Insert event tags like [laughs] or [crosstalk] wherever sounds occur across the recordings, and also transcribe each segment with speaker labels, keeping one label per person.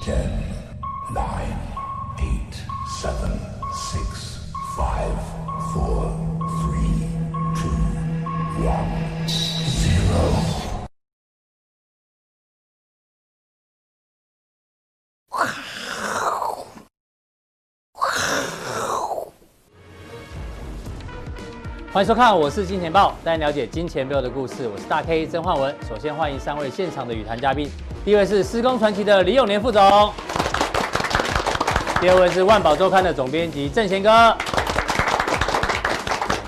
Speaker 1: Ten, nine, eight, seven, six, five, four, three, two, one, zero.
Speaker 2: 欢迎收看，我是金钱豹，带您了解金钱背后的故事。我是大 K 曾焕文。首先欢迎三位现场的语坛嘉宾，第一位是施工传奇的李永年副总，第二位是万宝周刊的总编辑郑贤哥，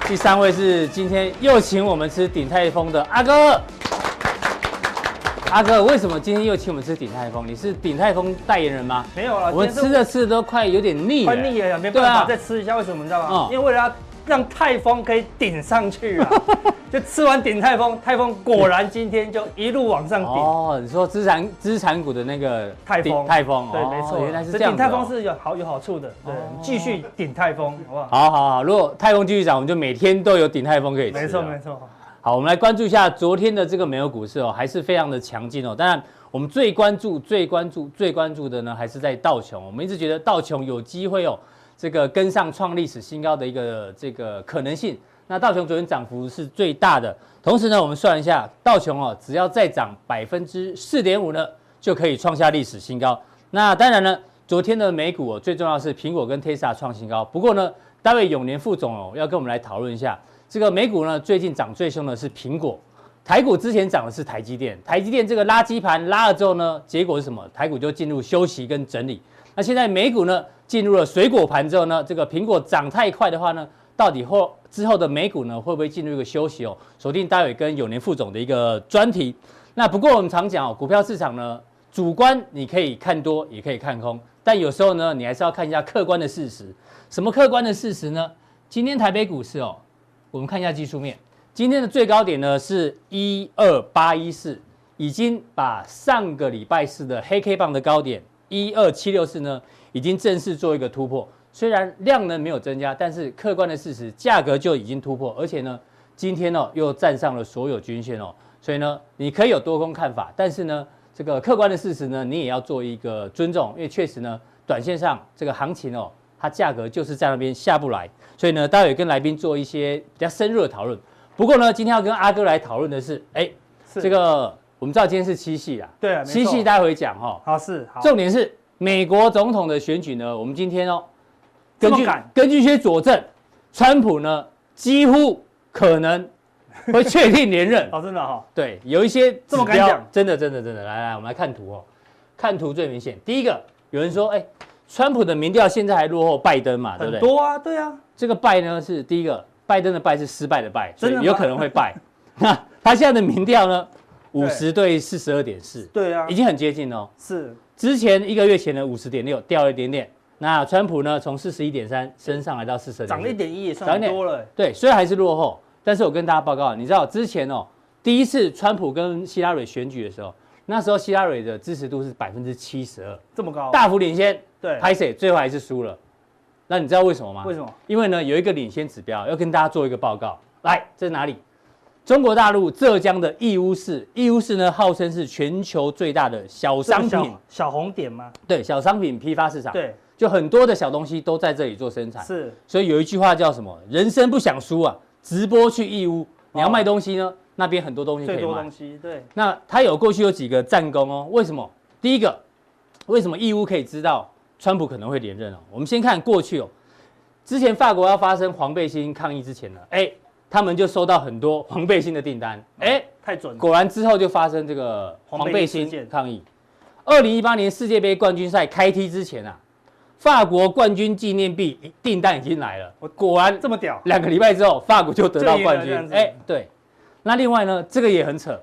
Speaker 2: 第三位是今天又请我们吃鼎泰丰的阿哥。阿哥，为什么今天又请我们吃鼎泰丰？你是鼎泰丰代言人吗？
Speaker 3: 没有了，
Speaker 2: 我们吃着吃着都快有点腻了，
Speaker 3: 快腻了，没办法、
Speaker 2: 对
Speaker 3: 再
Speaker 2: 啊
Speaker 3: 吃一下，为什么你知道吗？
Speaker 2: 嗯
Speaker 3: 因为为了要让泰丰可以顶上去
Speaker 2: [laughs]
Speaker 3: 啊，就吃完顶泰丰，泰丰果然今天就一路往上顶。
Speaker 2: 哦，你说资产资产股的那个
Speaker 3: 泰丰，
Speaker 2: 泰丰，
Speaker 3: 对，
Speaker 2: 哦
Speaker 3: 没错，
Speaker 2: 原来是
Speaker 3: 所
Speaker 2: 这
Speaker 3: 以
Speaker 2: 样
Speaker 3: 顶
Speaker 2: 子哦。哦
Speaker 3: 泰丰是有好有好处的，对，你继续顶泰丰，好不好？
Speaker 2: 好好好，如果泰丰继续涨，我们就每天都有顶泰丰可以吃。啊
Speaker 3: 没错，没。错，
Speaker 2: 好，我们来关注一下昨天的这个美国股市哦，还是非常的强劲哦。当然，我们最关注、最关注、最关注的呢，还是在道琼。我们一直觉得道琼有机会哦，这个跟上创历史新高的一个这个可能性。那道琼昨天涨幅是最大的，同时呢，我们算一下道琼哦，只要再涨百分之四点五呢，就可以创下历史新高。那当然呢，昨天的美股哦，最重要的是苹果跟 Tesla 创新高。不过呢，待会永年副总哦要跟我们来讨论一下，这个美股呢最近涨最凶的是苹果，台股之前涨的是台积电，台积电这个垃圾盘拉了之后呢，结果是什么？台股就进入休息跟整理。那现在美股呢进入了水果盘之后呢，这个苹果涨太快的话呢，到底后之后的美股呢会不会进入一个休息哦？锁定待会跟永年副总的一个专题。那不过我们常讲哦，股票市场呢，主观你可以看多，也可以看空，但有时候呢，你还是要看一下客观的事实。什么客观的事实呢？今天台北股市哦，我们看一下技术面，今天的最高点呢是一二八一四，已经把上个礼拜四的黑 K 棒的高点一二七六四呢，已经正式做一个突破。虽然量能没有增加，但是客观的事实，价格就已经突破，而且呢，今天哦又站上了所有均线哦，所以呢，你可以有多空看法，但是呢，这个客观的事实呢，你也要做一个尊重，因为确实呢，短线上这个行情哦，它价格就是在那边下不来，所以呢，待会跟来宾做一些比较深入的讨论。不过呢，今天要跟阿哥来讨论的是，哎，
Speaker 3: 是
Speaker 2: 这个我们知道今天是七夕啦，
Speaker 3: 对啊没错
Speaker 2: 七夕待会讲哈、哦，
Speaker 3: 好是好，
Speaker 2: 重点是美国总统的选举呢，我们今天哦，
Speaker 3: 这
Speaker 2: 根
Speaker 3: 么
Speaker 2: 据
Speaker 3: 赶
Speaker 2: 根据一些佐证，川普呢几乎可能会确定连任
Speaker 3: [laughs] 。哦，真的哈，
Speaker 2: 对，有一些
Speaker 3: 这么
Speaker 2: 指
Speaker 3: 敢
Speaker 2: 标
Speaker 3: 讲
Speaker 2: 真的真的真的，来来，我们来看图哦，看图最明显。第一个，有人说，哎，川普的民调现在还落后拜登嘛，对不
Speaker 3: 很
Speaker 2: 对？
Speaker 3: 多啊，对啊，
Speaker 2: 这个败呢是第一个，拜登的败是失败的败，所
Speaker 3: 真
Speaker 2: 以
Speaker 3: 的吗
Speaker 2: 有可能会败。 [laughs] 那他现在的民调呢，五十对四十二点四，
Speaker 3: 对啊
Speaker 2: 已，经很接近了哦。
Speaker 3: 是
Speaker 2: 之前一个月前的五十点六掉了一点点，那川普呢从四十一点三升上来到四十，
Speaker 3: 涨了一，点一也
Speaker 2: 涨
Speaker 3: 算
Speaker 2: 一点
Speaker 3: 多了，
Speaker 2: 对，虽然还是落后，但是我跟大家报告，啊你知道之前哦，第一次川普跟希拉蕊选举的时候，那时候希拉蕊的支持度是百分之七十二，
Speaker 3: 这么高，
Speaker 2: 大幅领先，
Speaker 3: 对，
Speaker 2: 拍谁最后还是输了。那你知道为什么吗？
Speaker 3: 为什么？
Speaker 2: 因为呢有一个领先指标要跟大家做一个报告，来，这是哪里？中国大陆浙江的义乌市，义乌市呢号称是全球最大的小商
Speaker 3: 这个
Speaker 2: 品
Speaker 3: 小，小红点吗？
Speaker 2: 对小商品批发市场，
Speaker 3: 对，
Speaker 2: 就很多的小东西都在这里做生产。
Speaker 3: 是
Speaker 2: 所以有一句话叫什么？人生不想输啊！直播去义乌，你要卖东西呢，那边很多东西可
Speaker 3: 哦最
Speaker 2: 以
Speaker 3: 多
Speaker 2: 卖
Speaker 3: 东。西，对，
Speaker 2: 那他有过去有几个战功哦？为什么？第一个，为什么义乌可以知道川普可能会连任哦？我们先看过去哦，之前法国要发生黄背心抗议之前呢，哎，他们就收到很多 [laughs] 黄背心的订单，哎，
Speaker 3: 太准了，
Speaker 2: 果然之后就发生这个黄
Speaker 3: 嗯黄
Speaker 2: 背
Speaker 3: 背心事
Speaker 2: 心
Speaker 3: 件
Speaker 2: 抗议。二零一八年世界杯冠军赛开踢之前啊，法国冠军纪念币订单已经来了，果然
Speaker 3: 这么屌，
Speaker 2: 两个礼拜之后，法国就得到
Speaker 3: 就赢了
Speaker 2: 冠
Speaker 3: 这
Speaker 2: 军
Speaker 3: 样。子
Speaker 2: 哎，对。那另外呢，这个也很扯。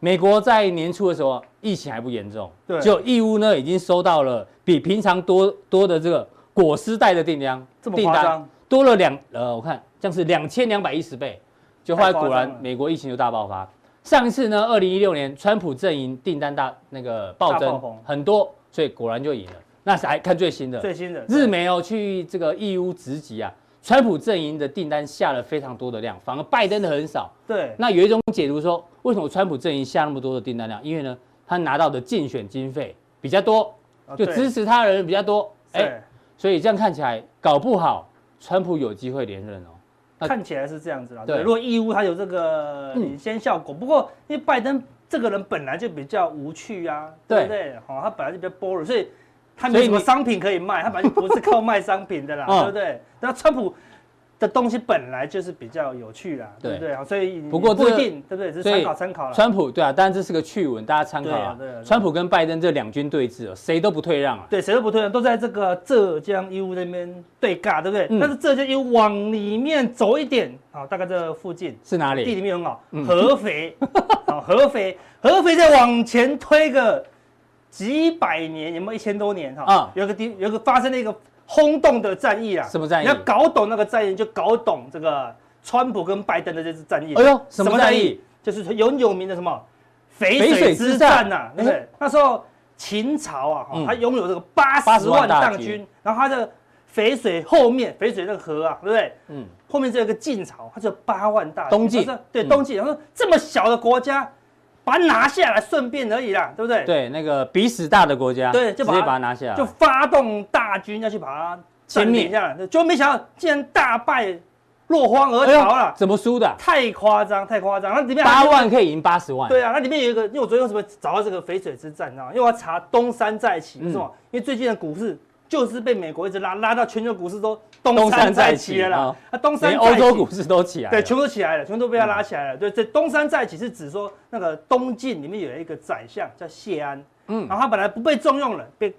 Speaker 2: 美国在年初的时候，疫情还不严重，
Speaker 3: 对
Speaker 2: 就义乌呢已经收到了比平常多多的这个裹尸袋的订单，
Speaker 3: 这么
Speaker 2: 订
Speaker 3: 夸
Speaker 2: 单
Speaker 3: 张
Speaker 2: 多了两呃，我看这样是两千两百一十倍，就后来果
Speaker 3: 太夸
Speaker 2: 然
Speaker 3: 张了
Speaker 2: 美国疫情就大爆发。上一次呢，二零一六年川普阵营订单大那个暴
Speaker 3: 大
Speaker 2: 增
Speaker 3: 爆红
Speaker 2: 很多，所以果然就赢了。那是还看最新的，
Speaker 3: 最新的
Speaker 2: 日媒哦去这个义乌直击啊，川普阵营的订单下了非常多的量，反而拜登的很少。
Speaker 3: 对，
Speaker 2: 那有一种解读说，为什么川普阵营下那么多的订单量？因为呢，他拿到的竞选经费比较多，
Speaker 3: 哦
Speaker 2: 就
Speaker 3: 对
Speaker 2: 支持他的人比较多。哎，
Speaker 3: 哎，
Speaker 2: 所以这样看起来，搞不好川普有机会连任哦。那
Speaker 3: 看起来是这样子啦。
Speaker 2: 对
Speaker 3: 对，如果义乌他有这个
Speaker 2: 嗯
Speaker 3: 领先效果，不过因为拜登这个人本来就比较无趣啊，对不对？哦，他本来就比较 boring，所以他
Speaker 2: 所以
Speaker 3: 没什么
Speaker 2: 你
Speaker 3: 商品可以卖，他本来就不是靠卖商品
Speaker 2: [laughs]
Speaker 3: 的啦，
Speaker 2: 嗯
Speaker 3: 对不对？那川普。的东西本来就是比较有趣啦，对不
Speaker 2: 对
Speaker 3: 对？哦所以你
Speaker 2: 不过
Speaker 3: 不
Speaker 2: 这
Speaker 3: 一
Speaker 2: 个
Speaker 3: 定，对不对？只是
Speaker 2: 所以
Speaker 3: 参考参考啦。
Speaker 2: 川普对啊，当然这是个趣闻，大家参考
Speaker 3: 对啊
Speaker 2: 啊
Speaker 3: 对啊对啊。
Speaker 2: 川普跟拜登这两军对峙哦，谁都不退让啊。
Speaker 3: 对，谁都不退让，都在这个浙江义乌那边对尬，对不对？
Speaker 2: 嗯
Speaker 3: 但是浙江义乌往里面走一点，好，大概这附近
Speaker 2: 是哪
Speaker 3: 地
Speaker 2: 里？嗯
Speaker 3: 理面很好，
Speaker 2: [laughs]
Speaker 3: 合肥，好，合肥，合肥再往前推个几百年，有没有一千多年？哈，
Speaker 2: 啊
Speaker 3: 有一个地，有一个发生了一个轰动的战役啊，
Speaker 2: 什么战役
Speaker 3: 你要搞懂那个战役，就搞懂这个川普跟拜登的这次战役。
Speaker 2: 哎呦，什么战役？？
Speaker 3: 就是有有名的什么淝
Speaker 2: 淝水
Speaker 3: 水
Speaker 2: 之
Speaker 3: 之
Speaker 2: 战哎
Speaker 3: 战呐、啊对不对？那时候秦朝啊，哈
Speaker 2: 嗯
Speaker 3: 他拥有这个八
Speaker 2: 80
Speaker 3: 十
Speaker 2: 万
Speaker 3: 万
Speaker 2: 大
Speaker 3: 大
Speaker 2: 军
Speaker 3: 军，然后他的淝水后面，淝水那个河啊，对不对？
Speaker 2: 嗯，
Speaker 3: 后面只有一个晋朝，他只有八万大军。
Speaker 2: 东晋
Speaker 3: 他说对
Speaker 2: 嗯
Speaker 3: 东晋，然后说这么小的国家，把它拿下来，顺便而已啦，对不对？
Speaker 2: 对，啊那个鼻屎大的国家，
Speaker 3: 对
Speaker 2: 直接
Speaker 3: 就把它
Speaker 2: 把它拿下来，
Speaker 3: 就发动大军要去把它占领下来，就没想到竟然大败，落荒而
Speaker 2: 哎呦
Speaker 3: 逃了，
Speaker 2: 怎么输的啊？
Speaker 3: 太夸张，太夸张。那里面还
Speaker 2: 八万可以赢八十万，
Speaker 3: 对啊，那里面有一个，因为我昨天为什么找到这个淝水之战，你知道吗？因为我要查东山再起，
Speaker 2: 嗯
Speaker 3: 是吗？因为最近的股市就是被美国一直拉拉到全球股市都
Speaker 2: 东
Speaker 3: 东
Speaker 2: 山
Speaker 3: 山
Speaker 2: 再
Speaker 3: 再
Speaker 2: 起
Speaker 3: 起了
Speaker 2: 啊
Speaker 3: 啦。啊，东山
Speaker 2: 连欧
Speaker 3: 再
Speaker 2: 洲
Speaker 3: 起
Speaker 2: 股市都起来了。嗯
Speaker 3: 对，全部都起来了，全部都被他拉起来了。对，这东山再起是指说那个东晋里面有一个宰相叫谢安，
Speaker 2: 嗯
Speaker 3: 嗯，然后他本来不被重用了，被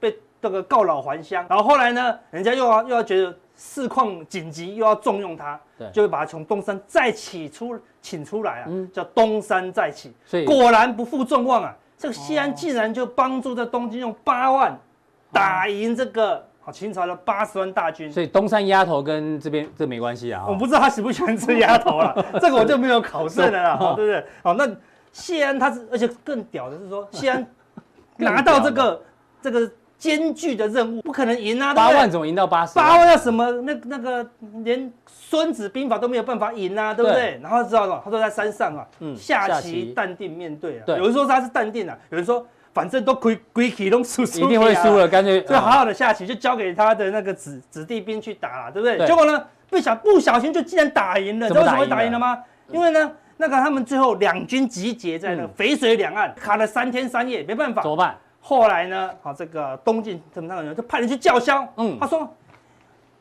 Speaker 3: 被这个告老还乡，然后后来呢，人家又要又要觉得事况紧急，又要重用他
Speaker 2: 对，
Speaker 3: 就会把他从东山再起出请出来啊，
Speaker 2: 嗯
Speaker 3: 叫东山再起。
Speaker 2: 所以
Speaker 3: 果然不负众望啊，这个谢安竟然就帮助在东京用八
Speaker 2: 哦
Speaker 3: 万打赢这个好秦朝的八十万大军，
Speaker 2: 所以东山鸭头跟这边这没关系啊。哈
Speaker 3: 我不知道他喜不喜欢吃鸭头
Speaker 2: [laughs]
Speaker 3: 啦，
Speaker 2: 哦
Speaker 3: 这个我就没有考证了啦，对不对？好，那谢安他是，而且更屌的是
Speaker 2: [laughs]
Speaker 3: 说，谢安
Speaker 2: 更屌
Speaker 3: 拿到这个这个艰巨的任务，不可能赢啊，
Speaker 2: 八
Speaker 3: 对不对
Speaker 2: 万怎么赢到八十？
Speaker 3: 八万要什么？那那个连《孙子兵法》都没有办法赢啊，对不对？然后知道了，他说在山上啊，
Speaker 2: 嗯下
Speaker 3: 下
Speaker 2: 棋
Speaker 3: 棋淡定面对啊。
Speaker 2: 对
Speaker 3: 有人说他是淡定啊，有人说反正都亏亏棋都输输，啊
Speaker 2: 一定会输了，。干脆
Speaker 3: 所以好
Speaker 2: 嗯
Speaker 3: 好的下棋就交给他的那个子子弟兵去打了，对不对？
Speaker 2: 对
Speaker 3: 结果呢，不小不小心就竟然打赢了，
Speaker 2: 怎
Speaker 3: 知
Speaker 2: 么
Speaker 3: 道为什么会
Speaker 2: 打
Speaker 3: 打
Speaker 2: 赢嗯
Speaker 3: 赢
Speaker 2: 了
Speaker 3: 了吗？因为呢，那个他们最后两军集结在那
Speaker 2: 嗯
Speaker 3: 个淝水两岸，卡了三天三夜，没办法
Speaker 2: 怎。么办？
Speaker 3: 后来呢，好这个东晋他们那个人就派人去叫嚣，
Speaker 2: 嗯
Speaker 3: 嗯，他说。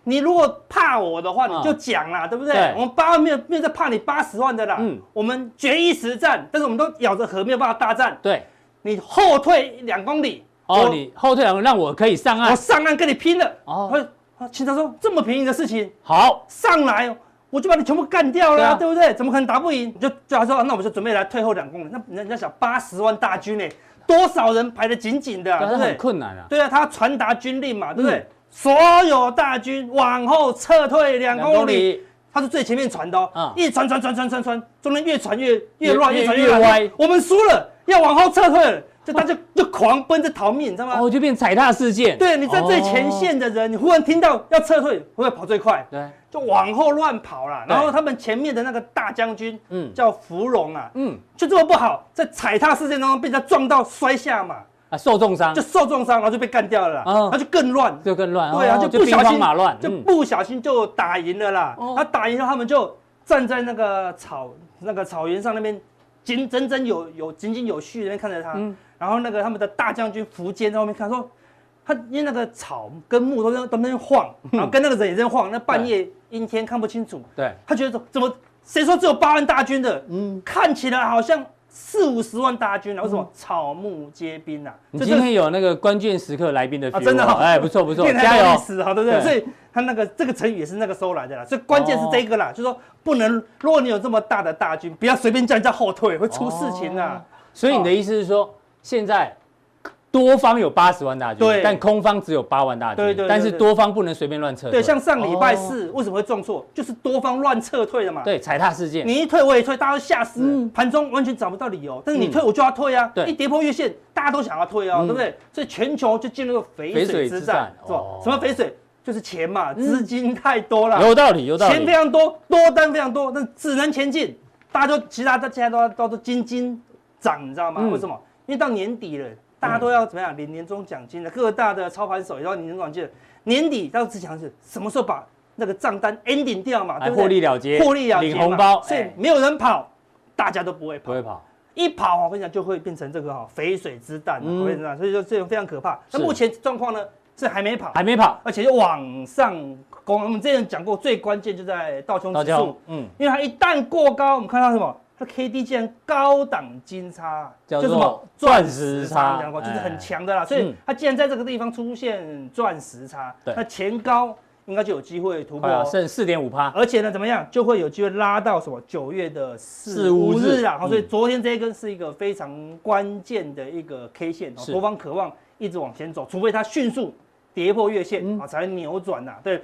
Speaker 3: 你如果怕我的话，
Speaker 2: 嗯
Speaker 3: 你就讲啦，对不对
Speaker 2: 对？
Speaker 3: 我们八万没有没有在怕你八十万的啦，
Speaker 2: 嗯
Speaker 3: 我们决一死战，但是我们都咬着河没有办法大战。
Speaker 2: 对，
Speaker 3: 你后退两公里，
Speaker 2: 哦，
Speaker 3: 我
Speaker 2: 你后退两个让我可以上
Speaker 3: 我
Speaker 2: 岸。
Speaker 3: 上岸跟你拼了。
Speaker 2: 啊哦
Speaker 3: 哦，啊，秦朝说这么便宜的事情，
Speaker 2: 好，
Speaker 3: 上来哦我就把你全部干掉了、
Speaker 2: 对啊
Speaker 3: 对不对？怎么可能打不赢？就就他说，啊那我们就准备来退后两公里。那人家想八十万大军呢、多少人排得紧紧的啊、
Speaker 2: 但是
Speaker 3: 对不
Speaker 2: 很
Speaker 3: 对？
Speaker 2: 困难啊。
Speaker 3: 对啊，他传达军令嘛，对不对？
Speaker 2: 嗯
Speaker 3: 所有大军往后撤退两公里，他是最前面传的哦，
Speaker 2: 嗯
Speaker 3: 一传传传传传传，中间越传越越乱，
Speaker 2: 越
Speaker 3: 越传
Speaker 2: 越
Speaker 3: 越
Speaker 2: 歪
Speaker 3: 歪。我们输了，要往后撤退了，就大家就狂奔着逃命，你知道吗？
Speaker 2: 哦，就变踩踏事件。
Speaker 3: 对，你在最前线的人，你忽然听到要撤退，会不会跑最快
Speaker 2: 哦。？对，
Speaker 3: 就往后乱跑啦。
Speaker 2: 对
Speaker 3: 然后他们前面的那个大将军，
Speaker 2: 嗯
Speaker 3: 嗯，叫芙蓉啊，
Speaker 2: 嗯，
Speaker 3: 就这么不好，在踩踏事件当中被人家撞到摔下嘛，
Speaker 2: 啊，受重伤
Speaker 3: 就受重伤，然后就被干掉了啦，
Speaker 2: 嗯
Speaker 3: 然后就更乱。
Speaker 2: 就更乱。
Speaker 3: 对啊，
Speaker 2: 哦
Speaker 3: 就不
Speaker 2: 兵
Speaker 3: 小
Speaker 2: 荒
Speaker 3: 心
Speaker 2: 马乱。
Speaker 3: 就
Speaker 2: 嗯
Speaker 3: 不小心就打赢了啦
Speaker 2: 哦。
Speaker 3: 他打赢了，他们就站在那个草那个草原上那边，井井井有有井井有序地那边看着他
Speaker 2: 嗯。
Speaker 3: 然后那个他们的大将军苻坚在后面看，说他因为那个草跟木都在都在那边晃，
Speaker 2: 嗯
Speaker 3: 然后跟那个人也在晃。那半夜阴天看不清楚，
Speaker 2: 对，
Speaker 3: 他觉得怎么谁说只有八万大军的？
Speaker 2: 嗯
Speaker 3: 嗯，看起来好像四五十万大军啊，为什么草木皆兵啊？
Speaker 2: 你
Speaker 3: 这
Speaker 2: 今
Speaker 3: 这
Speaker 2: 天有那个关键时刻来宾的 feel 哦，
Speaker 3: 真的哦
Speaker 2: 哎，不错不错，
Speaker 3: 念太
Speaker 2: 加
Speaker 3: 多历
Speaker 2: 油。
Speaker 3: 史哈，对不对？
Speaker 2: 对
Speaker 3: 所以他那个这个成语也是那个时候来的啦，所以关键是这个啦，就说不能，如果你有这么大的大军，不要随便叫人家后退，会出事情啊啦。
Speaker 2: 所以你的意思是说，现在多方有八十万大军，
Speaker 3: 对
Speaker 2: 但空方只有八万大军，
Speaker 3: 对对对
Speaker 2: 但是多方不能随便乱撤退。
Speaker 3: 对，像上礼拜
Speaker 2: 哦，
Speaker 3: 四为什么会重挫，就是多方乱撤退的嘛。
Speaker 2: 对踩踏事件，
Speaker 3: 你一退我也退，大家都吓死
Speaker 2: 嗯
Speaker 3: 了，盘中完全找不到理由。但是你
Speaker 2: 嗯
Speaker 3: 退我就要退啊
Speaker 2: 对，
Speaker 3: 一跌破月线，大家都想要退啊，
Speaker 2: 嗯
Speaker 3: 对不对？所以全球就进入了
Speaker 2: 淝
Speaker 3: 淝
Speaker 2: 水
Speaker 3: 水
Speaker 2: 之
Speaker 3: 之
Speaker 2: 战
Speaker 3: 战，是吧
Speaker 2: 哦？嗯
Speaker 3: 什么淝水？就是钱嘛，资金太多了，
Speaker 2: 有道理有道
Speaker 3: 钱
Speaker 2: 理
Speaker 3: 非。常多，多单非常多，但只能前进。大家都其他大家都都都津津涨，你知道吗？
Speaker 2: 嗯
Speaker 3: 为什么？因为到年底了，大家都要怎么样领年终奖金的，各大的操盘手也要领年终奖金的。年底要自强是什么时候把那个账单 ending 掉嘛？
Speaker 2: 哎
Speaker 3: 对不对
Speaker 2: 获利了结
Speaker 3: 获利了结嘛
Speaker 2: 领红包
Speaker 3: 所以
Speaker 2: 哎
Speaker 3: 没有人跑，大家都不会
Speaker 2: 不
Speaker 3: 跑
Speaker 2: 会。跑，
Speaker 3: 一跑啊，我跟你讲，就会变成这个哈肥水之蛋啊，
Speaker 2: 嗯
Speaker 3: 我跟你讲，所以就这种非常可怕。那
Speaker 2: 是
Speaker 3: 目前状况呢是还没跑，
Speaker 2: 还没跑，
Speaker 3: 而且又往上攻。我们之前讲过，最关键就在道琼
Speaker 2: 大
Speaker 3: 指
Speaker 2: 家
Speaker 3: 数，
Speaker 2: 嗯，
Speaker 3: 因为它一旦过高，我们看到什么？它 K D 竟然高档金叉，
Speaker 2: 叫
Speaker 3: 就什么
Speaker 2: 做钻石
Speaker 3: 我
Speaker 2: 差
Speaker 3: 们讲过，就是
Speaker 2: 哎
Speaker 3: 很强的啦。所以
Speaker 2: 嗯
Speaker 3: 它既然在这个地方出现钻石差，
Speaker 2: 对
Speaker 3: 那前高应该就有机会突破
Speaker 2: 快要
Speaker 3: 哦。
Speaker 2: 剩四点五趴，
Speaker 3: 而且呢，怎么样就会有机会拉到什么九月的四
Speaker 2: 四
Speaker 3: 五
Speaker 2: 五日
Speaker 3: 日啊？好，
Speaker 2: 嗯
Speaker 3: 所以昨天这一根是一个非常关键的一个 K 线，哦
Speaker 2: 是
Speaker 3: 多方渴望一直往前走，除非它迅速跌破月线
Speaker 2: 嗯
Speaker 3: 啊，才会扭转呐。对，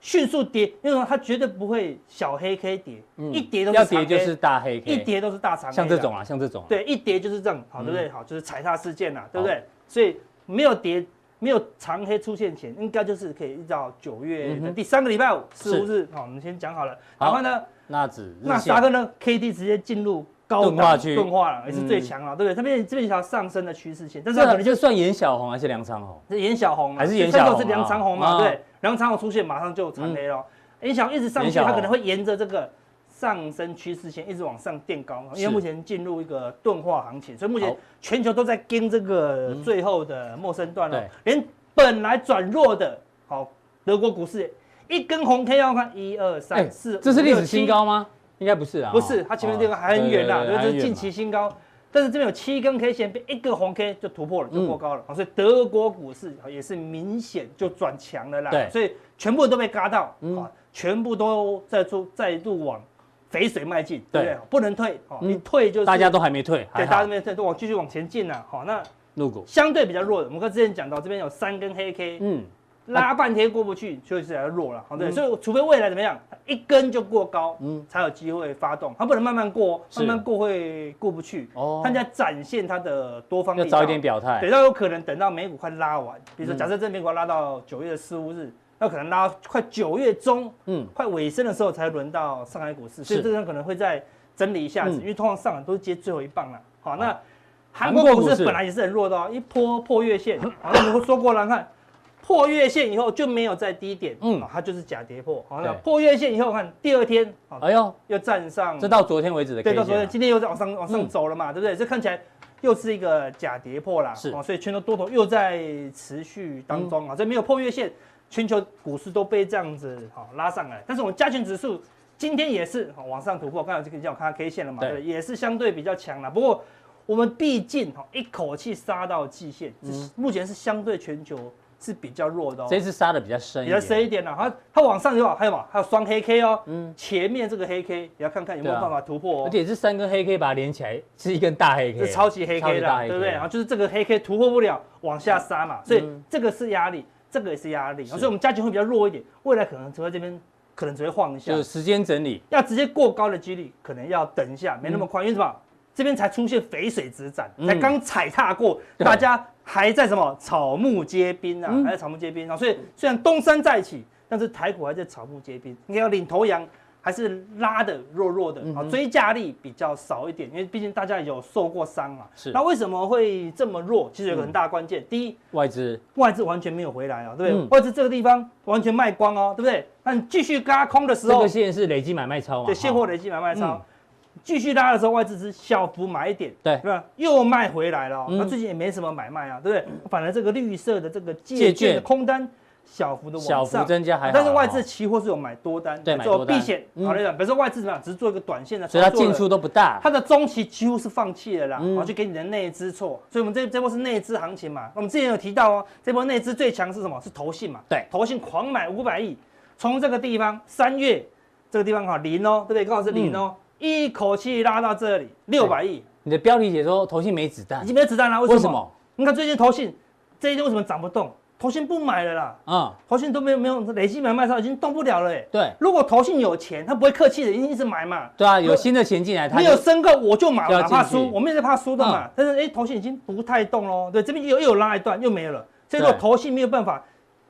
Speaker 3: 迅速跌，因为它绝对不会小黑 K 跌，一跌都
Speaker 2: 嗯
Speaker 3: 是
Speaker 2: 要
Speaker 3: 长
Speaker 2: 跌就
Speaker 3: K，
Speaker 2: 是大黑 K，
Speaker 3: 一跌都是大长黑，
Speaker 2: 像这种，啊，像这种啊，
Speaker 3: 对，一跌就是这样，好，对不对？
Speaker 2: 嗯
Speaker 3: 好，就是踩踏事件呐，啊对不对？所以没有跌。没有长黑出现前，应该就是可以一直到九月
Speaker 2: 嗯
Speaker 3: 的
Speaker 2: 哼
Speaker 3: 第三个礼拜五、四五
Speaker 2: 是
Speaker 3: 日，好，我们先讲好了。
Speaker 2: 好
Speaker 3: 然后呢，
Speaker 2: 纳指日
Speaker 3: 那
Speaker 2: 线
Speaker 3: 达克呢？K D 直接进入高档
Speaker 2: 钝化区
Speaker 3: 钝化了，也是最
Speaker 2: 嗯
Speaker 3: 强了，对不对？这边这边一条上升的趋势线，但是
Speaker 2: 这
Speaker 3: 它可
Speaker 2: 可
Speaker 3: 能
Speaker 2: 能
Speaker 3: 就
Speaker 2: 就算眼小红还是梁长红，
Speaker 3: 是严小红啊，
Speaker 2: 还是严小红啊嗯
Speaker 3: 这是梁长红嘛？
Speaker 2: 啊
Speaker 3: 对，梁长红出现马上就长黑了。严小红一直上
Speaker 2: 严
Speaker 3: 去，
Speaker 2: 小红
Speaker 3: 它可能会沿着这个上升趋势线一直往上垫高，因
Speaker 2: 是
Speaker 3: 为目前进入一个钝化行情，所以目前
Speaker 2: 好
Speaker 3: 全球都在跟这个最后的陌生段了
Speaker 2: 嗯对，
Speaker 3: 连本来转弱的，好，德国股市一根红 K 要看一二
Speaker 2: 哎
Speaker 3: 三四，
Speaker 2: 这是历
Speaker 3: 五
Speaker 2: 史新。
Speaker 3: 六七
Speaker 2: 高啊吗？应该不是啊，
Speaker 3: 不是，它前面这个还很远啦，
Speaker 2: 这
Speaker 3: 就是近期新高。但是这边有七根 K 线被一个红 K 就突破了，
Speaker 2: 嗯
Speaker 3: 就过高了，好所以德国股市也是明显就转强了啦。
Speaker 2: 对嗯
Speaker 3: 所以全部都被嘎到，啊，全部都在出再度往肥水迈进，对不对
Speaker 2: 对？
Speaker 3: 不能退，哦，
Speaker 2: 嗯
Speaker 3: 一退就是
Speaker 2: 大家都还没退，
Speaker 3: 对
Speaker 2: 还
Speaker 3: 大
Speaker 2: 好
Speaker 3: 家没有退，都往继续往前进啦。好，那
Speaker 2: 入股，
Speaker 3: 相对比较弱的，我们刚之前讲到这边有三根黑 K，
Speaker 2: 嗯，
Speaker 3: 啊拉半天过不去，就是比较弱了，好对，所以除非未来怎么样，一根就过高，嗯，才有机会发动，它不能慢慢过，
Speaker 2: 是
Speaker 3: 慢慢过会过不去，
Speaker 2: 哦
Speaker 3: 哦，它就要展现它的多方力
Speaker 2: 要
Speaker 3: 道，
Speaker 2: 早一点嗯表态
Speaker 3: 对，，那有可能等到美股快拉完，比如说假设这美股要拉到九月四五日，那可能拉到快九月中，
Speaker 2: 嗯，
Speaker 3: 快尾声的时候才轮到上海股市，所以
Speaker 2: 是
Speaker 3: 这个可能会再整理一下子，
Speaker 2: 嗯啊
Speaker 3: 因为通常上海都是接最后一棒啦。好，那
Speaker 2: 韩
Speaker 3: 韩国
Speaker 2: 国
Speaker 3: 股
Speaker 2: 股
Speaker 3: 市
Speaker 2: 市
Speaker 3: 本来也是很弱的哦，一波破
Speaker 2: [laughs]
Speaker 3: 月线，好，那我们说过了，看破月线以后就没有再低点，嗯
Speaker 2: 嗯，
Speaker 3: 它就是假跌破。好，那
Speaker 2: 对
Speaker 3: 破月线以后看第二天，好，
Speaker 2: 哎呦，
Speaker 3: 又站上
Speaker 2: 这到昨天为止的
Speaker 3: 对，
Speaker 2: K
Speaker 3: 到昨
Speaker 2: 线
Speaker 3: 天
Speaker 2: 啊，
Speaker 3: 今天又在往上往上
Speaker 2: 嗯
Speaker 3: 走了嘛，对不对？这看起来又是一个假跌破啦，哦
Speaker 2: 是嗯
Speaker 3: 所以全球多头又在持续当中啊，这没有破月线，全球股市都被这样子好、拉上来，但是我们加权指数今天也是好、往上突破，刚才这个叫我看到 K 线了嘛，
Speaker 2: 对
Speaker 3: 对不对，也是相对比较强了，不过。我们毕竟哈一口气杀到季线，只是目前是相对全球是比较弱的哦。
Speaker 2: 嗯啊这次杀的比较深，
Speaker 3: 比较深，一点了、它它往上有还有嘛，还有双黑 K 哦，前面这个黑 K 也要看看有没
Speaker 2: 嗯
Speaker 3: 有
Speaker 2: 对啊
Speaker 3: 办法突破哦。
Speaker 2: 而且是三根黑 K 把它连起来，是一根大黑 K，
Speaker 3: 是超级黑
Speaker 2: 超
Speaker 3: K
Speaker 2: 级大
Speaker 3: 啦，
Speaker 2: 黑嗯 K
Speaker 3: 对不对？然后就是这个黑 K 突破不了，往下杀嘛，所以这个是压力，这个也是压力，所以我们加权会比较弱一点，未来可能只会这边可能只会晃一下
Speaker 2: 就，是时间整理，
Speaker 3: 要直接过高的几率可能要等一下，没那
Speaker 2: 嗯
Speaker 3: 么快，因为什么？这边才出现肥水之战，才刚踩踏过，
Speaker 2: 对嗯
Speaker 3: 大家还在什么草木皆兵啊，还在草木皆兵啊，所以虽然东山再起，但是台股还在草木皆兵，你看领头羊还是拉的弱弱
Speaker 2: 嗯
Speaker 3: 的啊，追价力比较少一点，因为毕竟大家有受过伤嘛。
Speaker 2: 是嗯
Speaker 3: 那为什么会这么弱？其实有个很大的关键，第一，
Speaker 2: 外资
Speaker 3: 外资完全没有回来啊，对不对？
Speaker 2: 嗯
Speaker 3: 外资这个地方完全卖光哦，对不对？那你继续嘎空的时
Speaker 2: 这
Speaker 3: 候
Speaker 2: 个，线是累积买卖超嘛，啊
Speaker 3: 对，现货
Speaker 2: 哈
Speaker 3: 累积买卖超
Speaker 2: 嗯，
Speaker 3: 继续拉的时候，外资只小幅买一点，
Speaker 2: 对
Speaker 3: 是吧？又卖回来了哦，
Speaker 2: 嗯
Speaker 3: 那最近也没什么买卖啊，对不对？反而这个绿色的这个借
Speaker 2: 借
Speaker 3: 券的
Speaker 2: 券
Speaker 3: 空单小幅的
Speaker 2: 小
Speaker 3: 往
Speaker 2: 幅
Speaker 3: 上。
Speaker 2: 增加还好，
Speaker 3: 但是外
Speaker 2: 哈
Speaker 3: 资，期货是有买多单，
Speaker 2: 对买
Speaker 3: 做
Speaker 2: 多
Speaker 3: 避
Speaker 2: 单
Speaker 3: 险。
Speaker 2: 嗯
Speaker 3: 好来讲，比如说外资怎么样，只是做一个短线的操
Speaker 2: 所
Speaker 3: 作
Speaker 2: 以
Speaker 3: 了，
Speaker 2: 它进出都不大，
Speaker 3: 它的中期几乎是放弃了啦，
Speaker 2: 嗯
Speaker 3: 啊，就给你的内资错，所以我们这这波是内资行情嘛。我们之前有提到哦，这波内资最强是什么？是投信嘛？
Speaker 2: 对
Speaker 3: 投信狂买五百亿，从这个地方三月这个地方哈零哦，对不对？刚好是零哦，一口气拉到这里六百亿，
Speaker 2: 你的标题写说投信没子
Speaker 3: 已
Speaker 2: 弹
Speaker 3: 经，没有子弹了。为什么？
Speaker 2: 为什么？
Speaker 3: 你看最近投信这一天为什么涨不动？投信不买了啦，
Speaker 2: 嗯，
Speaker 3: 投信都没有没有累积买卖超，已经动不了了哎。
Speaker 2: 对
Speaker 3: 如果投信有钱，他不会客气的，一定一直买嘛。
Speaker 2: 对啊，有
Speaker 3: 那
Speaker 2: 新的钱进来，它
Speaker 3: 没有
Speaker 2: 就
Speaker 3: 申购我就买，
Speaker 2: 就要
Speaker 3: 我哪怕
Speaker 2: 进去嗯
Speaker 3: 输，我没有在怕输的嘛。但是哎，投信已经不太动喽，对，这边又又有拉一段又没了，所以如果
Speaker 2: 对
Speaker 3: 投信没有办法，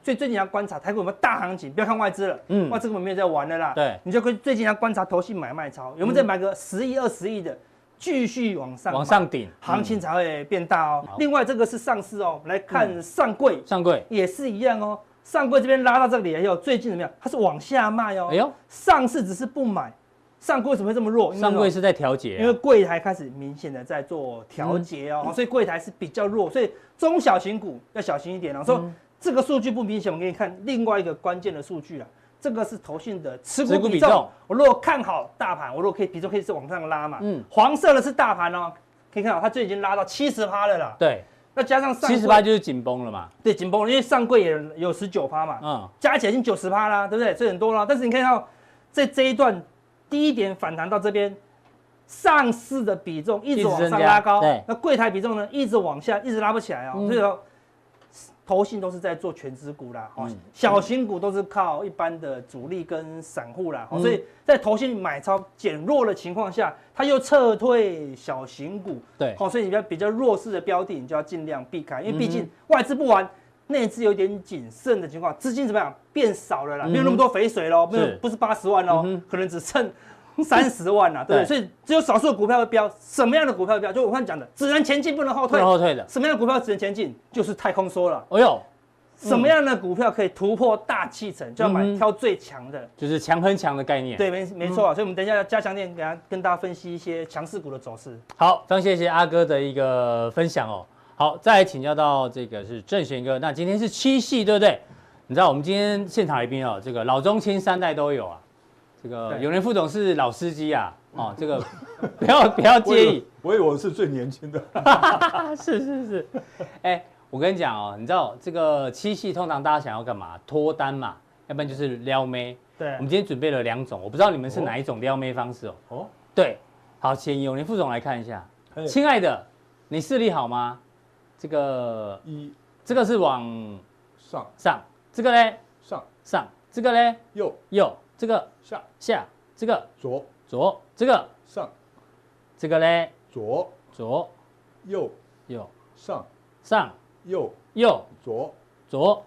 Speaker 3: 所以最近要观察台股有没有大行情，不要看外资了，嗯，
Speaker 2: 嗯
Speaker 3: 外资根本没有在玩的啦，
Speaker 2: 对嗯
Speaker 3: 你就跟最近要观察投信买卖超有没有再买个十亿二十亿的。继续往上
Speaker 2: 往
Speaker 3: 嘛
Speaker 2: 上嗯顶，
Speaker 3: 行情才会变大哦。另外这个是上市哦，我们来
Speaker 2: 嗯
Speaker 3: 看上柜
Speaker 2: 上柜，
Speaker 3: 也是一样哦。上柜这边拉到这里，哎呦，最近怎么样？它是往下卖哦。
Speaker 2: 哎呦，
Speaker 3: 上市只是不买，上柜为什么会这么弱？因为
Speaker 2: 上柜
Speaker 3: 什么
Speaker 2: 是在调节啊，嗯
Speaker 3: 因为柜台开始明显的在做调节哦，所以柜台是比较弱，所以中小型股要小心一
Speaker 2: 嗯
Speaker 3: 点哦。说这个数据不明显，我们给你看另外一个关键的数据啊，这个是投信的持
Speaker 2: 持
Speaker 3: 股
Speaker 2: 股
Speaker 3: 比
Speaker 2: 比重
Speaker 3: 重。我如果看好大盘，我如果可以比重可以是往上拉嘛。
Speaker 2: 嗯
Speaker 3: 嗯，黄色的是大盘哦，可以看到它最已经拉到七十趴了啦。
Speaker 2: 对，
Speaker 3: 那加上上柜
Speaker 2: 七十八就是紧绷了嘛，
Speaker 3: 对紧绷，因为上柜也有十九趴嘛，
Speaker 2: 嗯，
Speaker 3: 加起来已经九十趴啦，对不对？所以很多啦。但是你看到在这一段低点反弹到这边，上市的比重一直往
Speaker 2: 一直增
Speaker 3: 上
Speaker 2: 加
Speaker 3: 拉高
Speaker 2: 对，
Speaker 3: 那柜台比重呢一直往下，一直拉不起来哦。
Speaker 2: 嗯
Speaker 3: 所以说，投信都是在做全资股啦，哦，
Speaker 2: 嗯
Speaker 3: 小型股都是靠一般的主力跟散户啦，哦
Speaker 2: 嗯
Speaker 3: 所以在投信买超减弱的情况下，它又撤退小型股，
Speaker 2: 对，
Speaker 3: 好、所以你要比较弱势的标的，你就要尽量避开，因为毕
Speaker 2: 嗯
Speaker 3: 竟外资不玩，内资有点谨慎的情况，资金怎么样变少了啦，没有那么多肥水喽，没有
Speaker 2: 嗯是
Speaker 3: 不是八十万喽，
Speaker 2: 嗯哼
Speaker 3: 可能只剩 [laughs] 三十万啊啦，对不对
Speaker 2: 对
Speaker 3: 所以只有少数的股票会飙，什么样的股票会飙？就我刚才讲的，只能前进不能后
Speaker 2: 不
Speaker 3: 退
Speaker 2: 能。后退的，
Speaker 3: 什么样的股票只能前进？就是太空梭了。
Speaker 2: 哎呦，
Speaker 3: 什么样的股票可以突破大气层？就要
Speaker 2: 嗯
Speaker 3: 买
Speaker 2: 哼嗯
Speaker 3: 挑最强的。
Speaker 2: 就是强很强的概念，
Speaker 3: 对，没没错啊。所以我们等一下要加强点，给大家跟大家分析一些强势股的走势。
Speaker 2: 好，非常谢谢阿哥的一个分享哦。好，再来请教到这个是郑玄哥，那今天是七系对不对？你知道我们今天现场来宾哦，这个老中青三代都有啊。这个
Speaker 3: 对
Speaker 2: 永仁副总是老司机啊，
Speaker 3: [laughs]
Speaker 2: 哦，这个不要不要介意，
Speaker 4: 我以为我是最年轻的，
Speaker 2: 啊是是是，哎、我跟你讲哦，你知道这个七系通常大家想要干嘛？脱单嘛，要不然就是撩妹。
Speaker 3: 对
Speaker 2: 我们今天准备了两种，我不知道你们是哪一种撩妹方式哦。
Speaker 4: 哦，
Speaker 2: 对，好，请永年副总来看一下。
Speaker 4: 嘿
Speaker 2: 亲爱的，你视力好吗？这个
Speaker 4: 一
Speaker 2: 这个是往
Speaker 4: 上
Speaker 2: 上，这个嘞
Speaker 4: 上
Speaker 2: 上，这个嘞
Speaker 4: 右
Speaker 2: 右，这个
Speaker 4: 下
Speaker 2: 下，这个
Speaker 4: 左
Speaker 2: 左，这个
Speaker 4: 上
Speaker 2: 这个嘞
Speaker 4: 左
Speaker 2: 左
Speaker 4: 右
Speaker 2: 右
Speaker 4: 上
Speaker 2: 上
Speaker 4: 右
Speaker 2: 右
Speaker 4: 左，
Speaker 2: 左，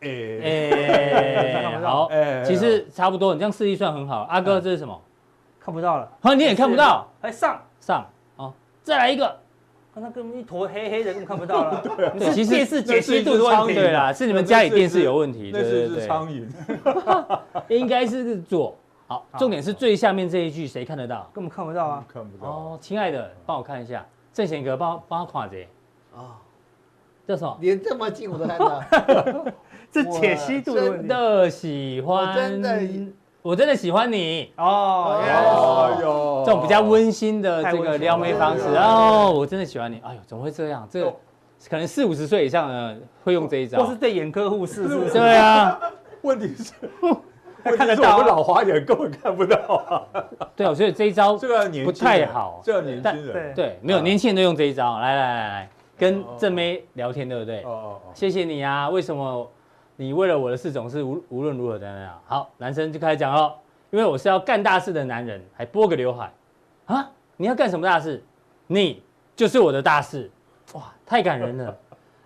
Speaker 4: 哎
Speaker 2: 哎，好
Speaker 4: 哎，
Speaker 2: 其实差不多，你这样视力算很好。阿哥，这是什么？
Speaker 3: 看不到了，
Speaker 2: 啊，你也看不到，
Speaker 3: 还上。
Speaker 2: 上哦，再来一个。
Speaker 3: 啊那根本一坨黑黑的，根本看不到
Speaker 2: [laughs]
Speaker 3: 了。你
Speaker 2: 对，
Speaker 3: 是
Speaker 2: 其实
Speaker 3: 电视解析度的
Speaker 4: 那
Speaker 3: 问
Speaker 4: 是一
Speaker 3: 题。
Speaker 4: 只苍蝇
Speaker 2: 对啦，是你们家里电视有问题，
Speaker 4: 那
Speaker 2: 对
Speaker 4: 是
Speaker 2: 对
Speaker 4: 一只
Speaker 2: 对。
Speaker 4: 苍蝇，
Speaker 2: 应该是左。好，重点是最下面这一句谁看得到？
Speaker 3: 根本看不到啊！
Speaker 4: 看不到。
Speaker 2: 哦，亲爱的，帮我看一下，郑贤哥，帮我帮我看一下，
Speaker 5: 啊，
Speaker 2: 叫什么？
Speaker 5: 连这么近我都看到，
Speaker 3: 这解析度的问
Speaker 2: 真
Speaker 3: 题
Speaker 2: 的喜欢，
Speaker 5: 我真的，
Speaker 2: 我真的喜欢你。
Speaker 3: 哦，原来如此
Speaker 4: 哎
Speaker 1: 哦
Speaker 4: 呦，
Speaker 2: 这种比较温馨的这个撩妹方式
Speaker 4: 太温馨了
Speaker 2: 哦，我真的喜欢你。哎呦，怎么会这样？这个
Speaker 4: 哦
Speaker 2: 可能四五十岁以上的会用这一招
Speaker 3: 或。是对眼科护士是不是？
Speaker 2: 对啊，
Speaker 4: 问题
Speaker 2: [laughs]
Speaker 4: 是，
Speaker 3: 他
Speaker 4: 问
Speaker 3: 看
Speaker 4: 题
Speaker 3: 得
Speaker 4: 是
Speaker 3: 到啊
Speaker 4: 我们老花眼根本看不到
Speaker 2: [laughs]
Speaker 4: 啊。
Speaker 2: 对啊，我觉得这一招
Speaker 4: 这个年
Speaker 2: 不
Speaker 4: 轻人
Speaker 2: 太好
Speaker 4: 这个年轻
Speaker 3: 对
Speaker 4: 人。
Speaker 2: 对，没有
Speaker 4: 啊
Speaker 2: 年轻人都用这一招。来来来来，跟正妹聊天，对不对
Speaker 4: 哦？哦
Speaker 2: 谢谢你啊，为什么你为了我的事总是无无论如何的那样？好，男生就开始讲了，因为我是要干大事的男人，还拨个刘海啊！你要干什么大事？你就是我的大事，哇，太感人了！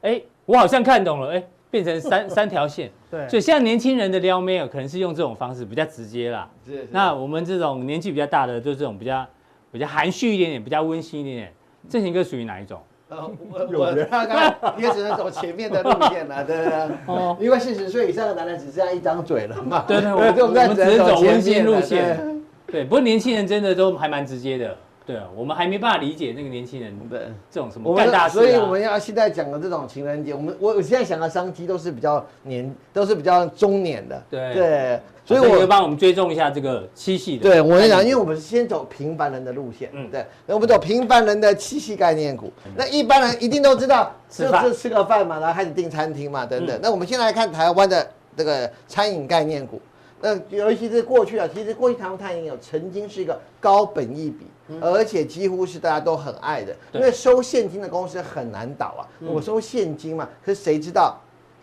Speaker 2: 哎，我好像看懂了，哎，变成三三条线。
Speaker 3: 对
Speaker 2: 所以现在年轻人的撩妹啊，可能是用这种方式比较直接啦。
Speaker 5: [laughs] 是是
Speaker 2: 那我们这种年纪比较大的，就这种比较比较含蓄一点点，比较温馨一点点。正行哥属于哪一种？
Speaker 5: 呃我
Speaker 4: 有
Speaker 5: 我
Speaker 4: 人
Speaker 5: 大概也只能走前面的路线了，对不对？
Speaker 2: 哦，
Speaker 5: 因为四十岁以上的男人只剩下一张嘴了嘛，
Speaker 2: [laughs] 对对，我
Speaker 5: 所以
Speaker 2: 我
Speaker 5: 我们
Speaker 2: 们只
Speaker 5: 只能
Speaker 2: 能走
Speaker 5: 走
Speaker 2: 温
Speaker 5: 前
Speaker 2: 馨
Speaker 5: 面
Speaker 2: 路
Speaker 5: 了
Speaker 2: 线。对，不过年轻人真的都还蛮直接的。对，啊我们还没办法理解那个年轻人
Speaker 5: 对。对
Speaker 2: 这种什么
Speaker 5: 我
Speaker 2: 干
Speaker 5: 们
Speaker 2: 大事啊。
Speaker 5: 所以我们要现在讲的这种情人节，我们我我现在想的商机都是比较年，都是比较中年的，
Speaker 2: 对啊
Speaker 5: 对，所以
Speaker 2: 所以
Speaker 5: 我
Speaker 2: 我帮我们追踪一下这个七系的。
Speaker 5: 对，我跟你讲，因为我们是先走平凡人的路线，
Speaker 2: 嗯
Speaker 5: 嗯，对，那我们走平凡人的七夕概念股。那一般人一定都知道，
Speaker 2: 吃
Speaker 5: 就
Speaker 2: 饭嗯
Speaker 5: 是吃个饭嘛，然后开始订餐厅嘛，等等。那我们先来看台湾的这个餐饮概念股。那尤其是过去啊，其实过去台湾餐饮有曾经是一个高本益比，而且几乎是大家都很爱的，
Speaker 2: 嗯对嗯
Speaker 5: 因为收现金的公司很难倒啊。我收现金嘛，可是谁知道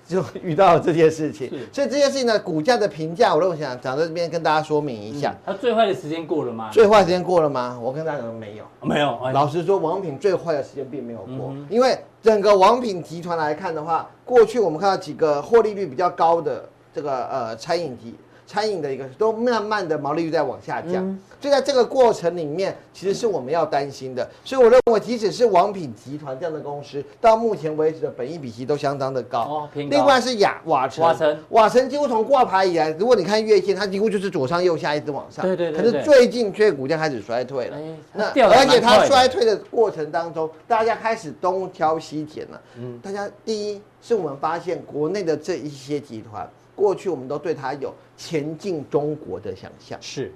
Speaker 5: 就遇到这件事情
Speaker 2: 是？
Speaker 5: 所以这件事情呢，股价的评价，我都想讲到这边跟大家说明一下。
Speaker 2: 他最坏的时间过了吗？
Speaker 5: 最坏时间过了吗？我跟大家讲没有。
Speaker 2: 没有，哎
Speaker 5: 老实说，王品最坏的时间并没有过
Speaker 2: 嗯，
Speaker 5: 因为整个王品集团来看的话，过去我们看到几个获利率比较高的这个呃餐饮集餐饮的一个都慢慢的毛利率在往下降，
Speaker 2: 嗯
Speaker 5: 所以在这个过程里面，其实是我们要担心的。所以我认为，即使是王品集团这样的公司，到目前为止的本益比其实都相当的高。
Speaker 2: 哦偏高
Speaker 5: 另外是雅瓦城，
Speaker 2: 瓦城
Speaker 5: 瓦城几乎从挂牌以来，如果你看月线，它几乎就是左上右下一直往上。
Speaker 2: 对对对
Speaker 5: 可
Speaker 2: 对
Speaker 5: 是最近却股价开始衰退了
Speaker 2: 哎，它
Speaker 5: 那
Speaker 2: 掉得
Speaker 5: 而
Speaker 2: 蛮快
Speaker 5: 且它
Speaker 2: 的
Speaker 5: 衰退的过程当中，大家开始东挑西拣了。嗯，大家第一是我们发现国内的这一些集团，过去我们都对它有前进中国的想象，
Speaker 2: 是，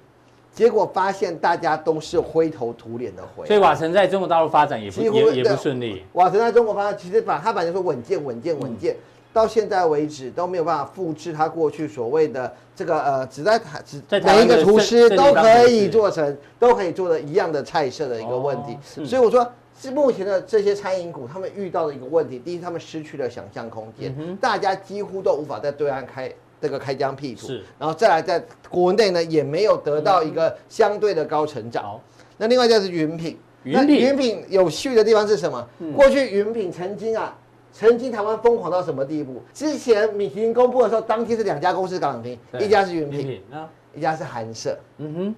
Speaker 5: 结果发现大家都是灰头土脸的回来。
Speaker 2: 所以瓦城在中国大陆发展也不
Speaker 5: 几乎
Speaker 2: 也也
Speaker 5: 对
Speaker 2: 不顺利，
Speaker 5: 瓦城在中国发展，其实把它本来说稳健、稳健、稳
Speaker 2: 嗯
Speaker 5: 健，到现在为止都没有办法复制它过去所谓的这个呃，只在台只
Speaker 2: 在台湾
Speaker 5: 每一个
Speaker 2: 的
Speaker 5: 厨
Speaker 2: 正
Speaker 5: 师
Speaker 2: 正
Speaker 5: 都
Speaker 2: 经当
Speaker 5: 可
Speaker 2: 厨
Speaker 5: 以
Speaker 2: 师
Speaker 5: 做成，都可以做的一样的菜色的一个问题
Speaker 2: 哦。是
Speaker 5: 所以我说，是目前的这些餐饮股，他们遇到的一个问题，第一，他们失去了想象空间，
Speaker 2: 嗯
Speaker 5: 大家几乎都无法在对岸开。这个开疆辟土
Speaker 2: 是，嗯
Speaker 5: 然后再来在国内呢，也没有得到一个相对的高成长。
Speaker 2: 好
Speaker 5: 那另外就是云品，
Speaker 2: 云
Speaker 5: 那
Speaker 2: 品嗯
Speaker 5: 云品有趣的地方是什么？过去云品曾经啊，曾经台湾疯狂到什么地步？之前米其林公布的时候，当天是两家公司涨停，
Speaker 2: 对
Speaker 5: 一家是云
Speaker 2: 云
Speaker 5: 品，
Speaker 2: 品啊，
Speaker 5: 一家是韩舍。
Speaker 2: 嗯哼，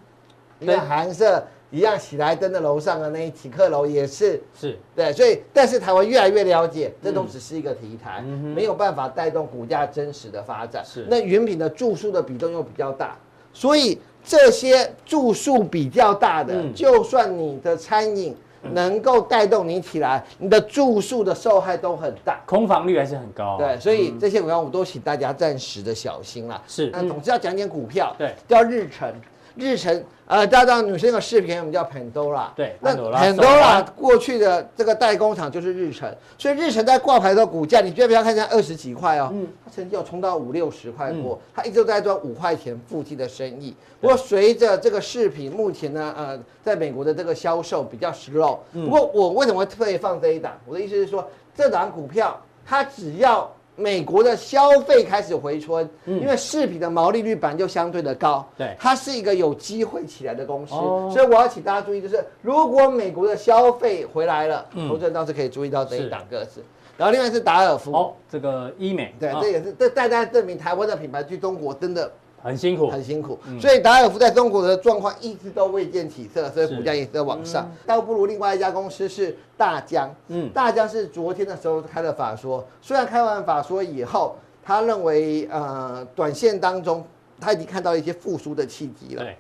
Speaker 5: 你看韩舍一样，喜来登的楼上的那一体客楼也是。
Speaker 2: 是
Speaker 5: 对，所以但是台湾越来越了解，
Speaker 2: 嗯
Speaker 5: 这都只是一个题材，没有办法带动股价真实的发展。
Speaker 2: 是
Speaker 5: 那云品的住宿的比重又比较大，所以这些住宿比较大的，
Speaker 2: 嗯
Speaker 5: 就算你的餐饮能够带动你起来，你的住宿的受害都很大。
Speaker 2: 空房率还是很高，啊
Speaker 5: 对，，所以这些股票我都请大家暂时的小心啦。
Speaker 2: 是嗯
Speaker 5: 那总之要讲点股票，
Speaker 2: 对，
Speaker 5: 叫日程。日程，呃，大家知道女生有视频，我们叫 Pandora，
Speaker 2: 对
Speaker 5: 那
Speaker 2: Pandora，
Speaker 5: Pandora 过去的这个代工厂就是日程，所以日程在挂牌的时候股价，你绝对不要看见二十几块哦，它曾经有冲到五六十块过，它一直都在做五块钱附近的生意。不过随着这个视频目前呢，呃，在美国的这个销售比较 slow，不过我为什么会特意放这一档？我的意思是说，这档股票它只要美国的消费开始回春，因为饰品的毛利率本来就相对的高，
Speaker 2: 对
Speaker 5: 它是一个有机会起来的公司，
Speaker 2: 哦
Speaker 5: 所以我要请大家注意，就是如果美国的消费回来了，
Speaker 2: 嗯
Speaker 5: 投资人倒是可以注意到这一档个子。然后另外是达尔夫，
Speaker 2: 哦，这个医美，
Speaker 5: 对，
Speaker 2: 啊
Speaker 5: 这也是这大家证明台湾的品牌去中国真的
Speaker 2: 很辛苦，
Speaker 5: 很辛苦，
Speaker 2: 嗯
Speaker 5: 所以达尔夫在中国的状况一直都未见起色，所以
Speaker 2: 是
Speaker 5: 股价也在往上。倒不如另外一家公司是大疆，
Speaker 2: 嗯
Speaker 5: 大疆是昨天的时候开了法说，虽然开完法说以后，他认为呃短线当中他已经看到一些复苏的契机了，
Speaker 2: 对，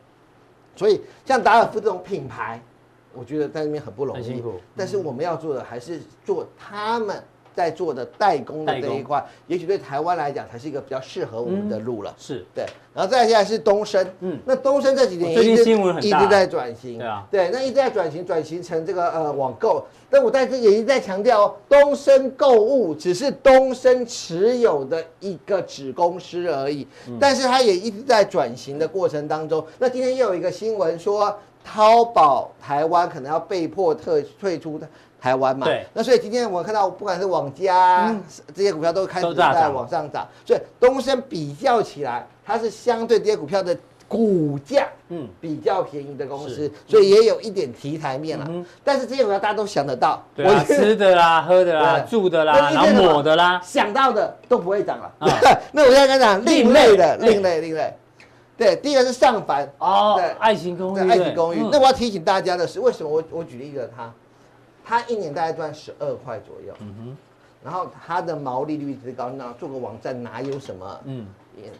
Speaker 5: 所以像达尔夫这种品牌，我觉得在那边很不容易，
Speaker 2: 很辛苦
Speaker 5: 但是我们要做的还是做他们在做的代工的
Speaker 2: 代
Speaker 5: 这
Speaker 2: 工嗯
Speaker 5: 一块，也许对台湾来讲才是一个比较适合我们的路了。
Speaker 2: 是
Speaker 5: 对，然后再下来是东升，
Speaker 2: 嗯
Speaker 5: 嗯，那东升这几年
Speaker 2: 我最近
Speaker 5: 一直
Speaker 2: 新闻很
Speaker 5: 一
Speaker 2: 大
Speaker 5: 直在转型，
Speaker 2: 对啊
Speaker 5: 对，那一直在转型，转型成这个呃网购。但我在这也一直在强调哦，东升购物只是东升持有的一个子公司而已，
Speaker 2: 嗯
Speaker 5: 但是它也一直在转型的过程当中。那今天又有一个新闻说，淘宝台湾可能要被迫退退出台湾嘛，
Speaker 2: 对嗯
Speaker 5: 那所以今天我看到不管是网家、这些股票都开始
Speaker 2: 都大
Speaker 5: 在
Speaker 2: 涨
Speaker 5: 往上涨，所以东升比较起来，它是相对这些股票的股价，
Speaker 2: 嗯
Speaker 5: 嗯，比较便宜的公司
Speaker 2: 是，嗯
Speaker 5: 所以也有一点题材面了。但是这些股票大家都想得到，
Speaker 2: 对啊，
Speaker 5: 觉得
Speaker 2: 吃的啦，喝的啦，
Speaker 5: 对
Speaker 2: 住的
Speaker 5: 那
Speaker 2: 啦，
Speaker 5: 一
Speaker 2: 然后
Speaker 5: 些什么
Speaker 2: 抹的啦，
Speaker 5: 想到的都不会涨了
Speaker 2: 啊。
Speaker 5: [laughs]
Speaker 2: 哎
Speaker 5: 那我现在跟你讲，另类的，
Speaker 2: 另类
Speaker 5: 另类，另类。对，第一个是上凡，
Speaker 2: 哦
Speaker 5: 对，
Speaker 2: 爱情公
Speaker 5: 对，
Speaker 2: 寓，
Speaker 5: 爱情公寓。
Speaker 2: 嗯
Speaker 5: 那我要提醒大家的是，为什么我我举例了它，它一年大概赚十二块左右，然后它的毛利率之高，那做个网站哪有什么，嗯，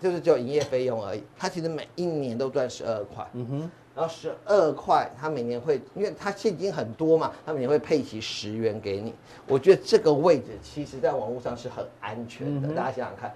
Speaker 5: 就是只有营业费用而已。它其实每一年都赚十二块，然后十二块，它每年会，因为它现金很多嘛，它每年会配齐十元给你。我觉得这个位置其实在网络上是很安全的，大家想想看。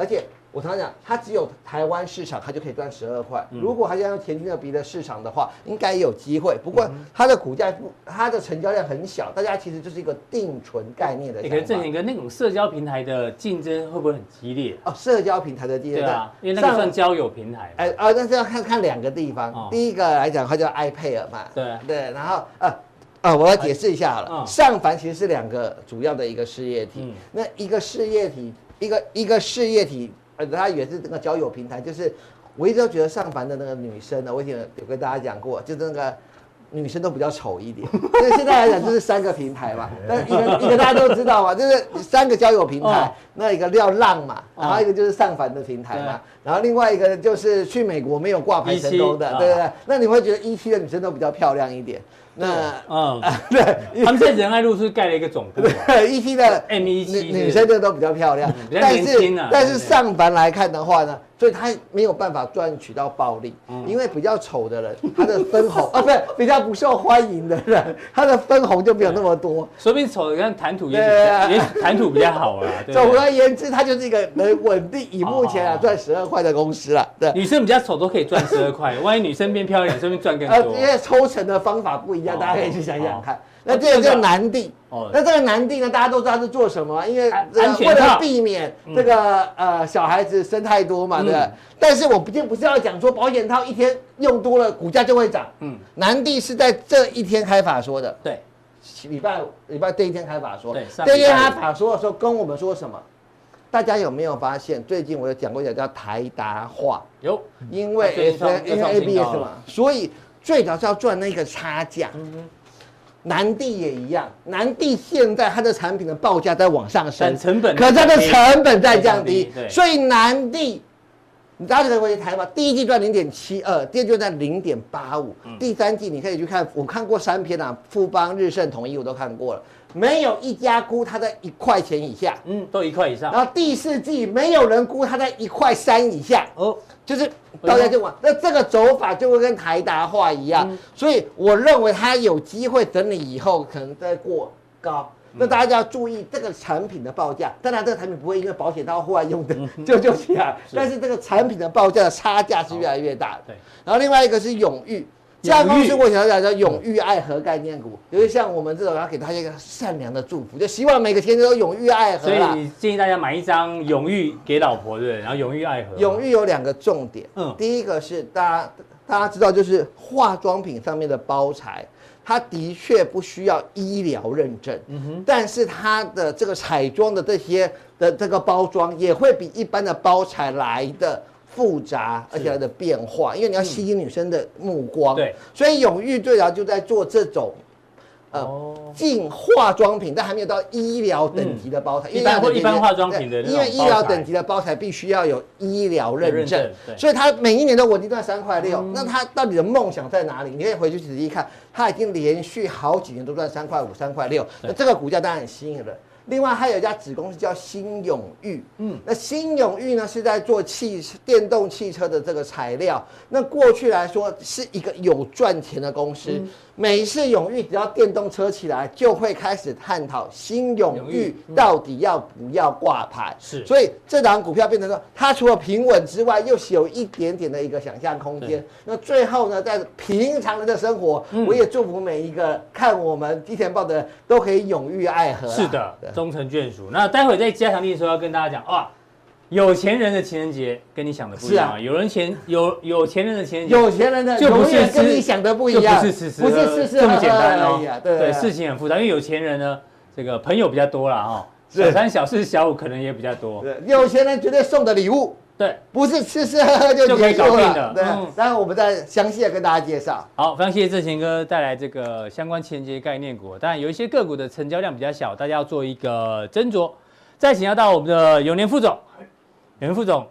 Speaker 5: 而且我常常讲，它只有台湾市场，它就可以赚十二块。
Speaker 2: 嗯
Speaker 5: 如果它现在用田径的别的市场的话，应该也有机会。不过它的股价不，它的成交量很小，大家其实就是一个定存概念的
Speaker 2: 你
Speaker 5: 想
Speaker 2: 可是郑贤
Speaker 5: 法。
Speaker 2: 哥，那种社交平台的竞争会不会很激烈？
Speaker 5: 哦，社交平台的第
Speaker 2: 对
Speaker 5: 二
Speaker 2: 啊
Speaker 5: 代，，
Speaker 2: 因为那个
Speaker 5: 上
Speaker 2: 算交友平台嘛。
Speaker 5: 哎啊，那是要看看两个地方。
Speaker 2: 哦
Speaker 5: 第一个来讲，它叫 iPad 嘛，
Speaker 2: 对
Speaker 5: 对，然后呃。啊、我要解释一下好了。
Speaker 2: 嗯
Speaker 5: 上凡其实是两个主要的一个事业体，
Speaker 2: 嗯
Speaker 5: 那一个事业体，一个一个事业体，呃，它也是这个交友平台，就是我一直都觉得上凡的那个女生呢，我以前有跟大家讲过，就是那个女生都比较丑一点。
Speaker 2: [laughs]
Speaker 5: 那现在来讲就是三个平台嘛，那一个一个大家都知道嘛，就是三个交友平
Speaker 2: 哦
Speaker 5: 台，那一个叫浪嘛，
Speaker 2: 哦
Speaker 5: 然后一个就是上凡的平台嘛，然后另外一个就是去美国没有挂牌成功的
Speaker 2: 17，
Speaker 5: 对不对？那你会觉得一期的女生都比较漂亮一点，那
Speaker 2: 嗯，
Speaker 5: [laughs]
Speaker 2: 对，他们在仁爱路是不是盖了一个总部啊
Speaker 5: 一期 E 的
Speaker 2: [laughs] ，M E 一
Speaker 5: 女
Speaker 2: 期
Speaker 5: 女生真的都比较漂亮，
Speaker 2: 比较
Speaker 5: 但
Speaker 2: 年
Speaker 5: 是
Speaker 2: 轻啊
Speaker 5: 但
Speaker 2: 对
Speaker 5: 是
Speaker 2: 不对
Speaker 5: 上凡来看的话呢，所以他没有办法赚取到暴利，
Speaker 2: 嗯
Speaker 5: 因为比较丑的人，他的分红 [laughs] 啊，不是比较不受欢迎的人，他的分红就没有那么多。
Speaker 2: 说不定丑的跟谈吐也许
Speaker 5: 对啊
Speaker 2: 也许谈吐比较好
Speaker 5: [laughs]
Speaker 2: 啦，对哦不
Speaker 5: 总
Speaker 2: 对？
Speaker 5: 而言之，他就是一个能稳定以目前
Speaker 2: 好
Speaker 5: 啊
Speaker 2: 好
Speaker 5: 赚十二块的公司了，对。
Speaker 2: 女生比较丑都可以赚十二块，万一女生变漂亮，说不定赚更
Speaker 5: 呃，
Speaker 2: 多
Speaker 5: 因。为抽成的方法不一样，
Speaker 2: 哦
Speaker 5: 大家可以去想想看。那
Speaker 2: 那
Speaker 5: 这个
Speaker 2: 这
Speaker 5: 叫
Speaker 2: 个
Speaker 5: 南地，
Speaker 2: 哦
Speaker 5: 那这个南地呢，大家都知道它是做什么嘛，因为
Speaker 2: 安
Speaker 5: 这个
Speaker 2: 安全
Speaker 5: 为
Speaker 2: 套
Speaker 5: 了避免这个呃小孩子生太多嘛，对不对
Speaker 2: 嗯？
Speaker 5: 但是我不见不是要讲说保险套一天用多了股价就会涨，
Speaker 2: 嗯
Speaker 5: 嗯，南地是在这一天开法说的，
Speaker 2: 对，
Speaker 5: 礼拜五礼拜第一天开法说
Speaker 2: 对，上
Speaker 5: 第一天
Speaker 2: 礼拜
Speaker 5: 开
Speaker 2: 五
Speaker 5: 法说的时候跟我们说什么？大家有没有发现最近我有讲过一个叫台达化？
Speaker 2: 有
Speaker 5: 嗯因
Speaker 2: 那最近
Speaker 5: 为 S
Speaker 2: 啊上又
Speaker 5: 因为
Speaker 2: 上新高
Speaker 5: ABS
Speaker 2: 了嗯
Speaker 5: 嘛，所以最早是要赚那个差价。南地也一样，南地现在它的产品的报价在往上升，
Speaker 2: 但成本
Speaker 5: 可是它的成本在降低
Speaker 2: 在降低对，
Speaker 5: 所以南地，你大家可以回去台嘛，第一季赚零点七二，第二季赚零点八五，
Speaker 2: 嗯
Speaker 5: 第三季你可以去看，我看过三篇啊，富邦、日盛、统一我都看过了，没有一家估它在一块钱以下，
Speaker 2: 嗯，都一块以上
Speaker 5: 然后第四季没有人估它在一块三以下，
Speaker 2: 哦，哎
Speaker 5: 就是大家就往，那这个走法就会跟台达化一样，
Speaker 2: 嗯
Speaker 5: 所以我认为它有机会整理以后可能再过高。
Speaker 2: 嗯
Speaker 5: 那大家就要注意这个产品的报价，当然这个产品不会因为保险套忽然用的
Speaker 2: 嗯
Speaker 5: [laughs] 就就起来，但是这个产品的报价的差价是越来越大的。
Speaker 2: 哦对，
Speaker 5: 然后另外一个是永裕，这家公司我想讲叫永裕爱和概念股，尤其像我们这种要给大家一个善良的祝福，就希望每个天都永裕爱和
Speaker 2: 所以
Speaker 5: 啦。
Speaker 2: 你建议大家买一张永裕给老婆，对不对？然后永裕爱河，
Speaker 5: 永裕有两个重点，
Speaker 2: 嗯
Speaker 5: 第一个是大家大家知道，就是化妆品上面的包材，它的确不需要医疗认证，
Speaker 2: 嗯
Speaker 5: 但是它的这个彩妆的这些的这个包装也会比一般的包材来的。复杂，而且它的变化，因为你要吸引女生的目
Speaker 2: 嗯
Speaker 5: 光，
Speaker 2: 对，
Speaker 5: 所以永裕最早就在做这种，呃，
Speaker 2: 哦
Speaker 5: 进化妆品，但还没有到医疗等级的包材，
Speaker 2: 嗯一般会一般化妆品的那
Speaker 5: 因为
Speaker 2: 种
Speaker 5: 医
Speaker 2: 包
Speaker 5: 疗
Speaker 2: 材
Speaker 5: 等级的包材必须要有医疗
Speaker 2: 认
Speaker 5: 认
Speaker 2: 证
Speaker 5: 证嗯
Speaker 2: 对，
Speaker 5: 所以他每一年都稳定赚三块六。那他到底的梦想在哪里？你可以回去仔细看，他已经连续好几年都赚三块五、三块六，那这个股价当然很吸引人。另外还有一家子公司叫新永裕，嗯，那新永裕呢是在做汽车电动汽车的这个材料。那过去来说是一个有赚钱的公司，每一次永裕只要电动车起来，就会开始探讨新永
Speaker 2: 永裕
Speaker 5: 裕到底要不要挂牌。
Speaker 2: 是
Speaker 5: 所以这档股票变成说，它除了平稳之外，又是有一点点的一个想象空间
Speaker 2: 对。嗯
Speaker 5: 那最后呢，在平常人的生活，我也祝福每一个看我们金钱豹的人都可以永浴爱河啊。
Speaker 2: 是的
Speaker 5: 对，
Speaker 2: 终成眷属。那待会在加强力的时候要跟大家讲啊，有钱人的情人节跟你想的不一样
Speaker 5: 是
Speaker 2: 啊，有人钱有有钱人的情人节
Speaker 5: 有钱人的
Speaker 2: 就不
Speaker 5: 永
Speaker 2: 是
Speaker 5: 远跟
Speaker 2: 吃
Speaker 5: 你想的不一样，
Speaker 2: 就不是吃吃
Speaker 5: 不
Speaker 2: 喝
Speaker 5: 是
Speaker 2: 喝
Speaker 5: 吃吃
Speaker 2: 这
Speaker 5: 喝
Speaker 2: 么
Speaker 5: 喝
Speaker 2: 简单
Speaker 5: 而
Speaker 2: 哦
Speaker 5: 已啊。。
Speaker 2: 对，
Speaker 5: 对
Speaker 2: 事情很复杂，因为有钱人呢，这个朋友比较多啦哈，小三、小四、小五可能也比较多。
Speaker 5: 对有钱人绝对送的礼物
Speaker 2: 对，
Speaker 5: 不是吃吃喝喝就
Speaker 2: 就可以
Speaker 5: 结束
Speaker 2: 搞定了
Speaker 5: 了。对
Speaker 2: 嗯，
Speaker 5: 然后我们再详细的跟大家介绍。
Speaker 2: 好，非常谢谢正贤哥带来这个相关情人节概念股，当然有一些个股的成交量比较小，大家要做一个斟酌。再请要到我们的永年副总，永年副总，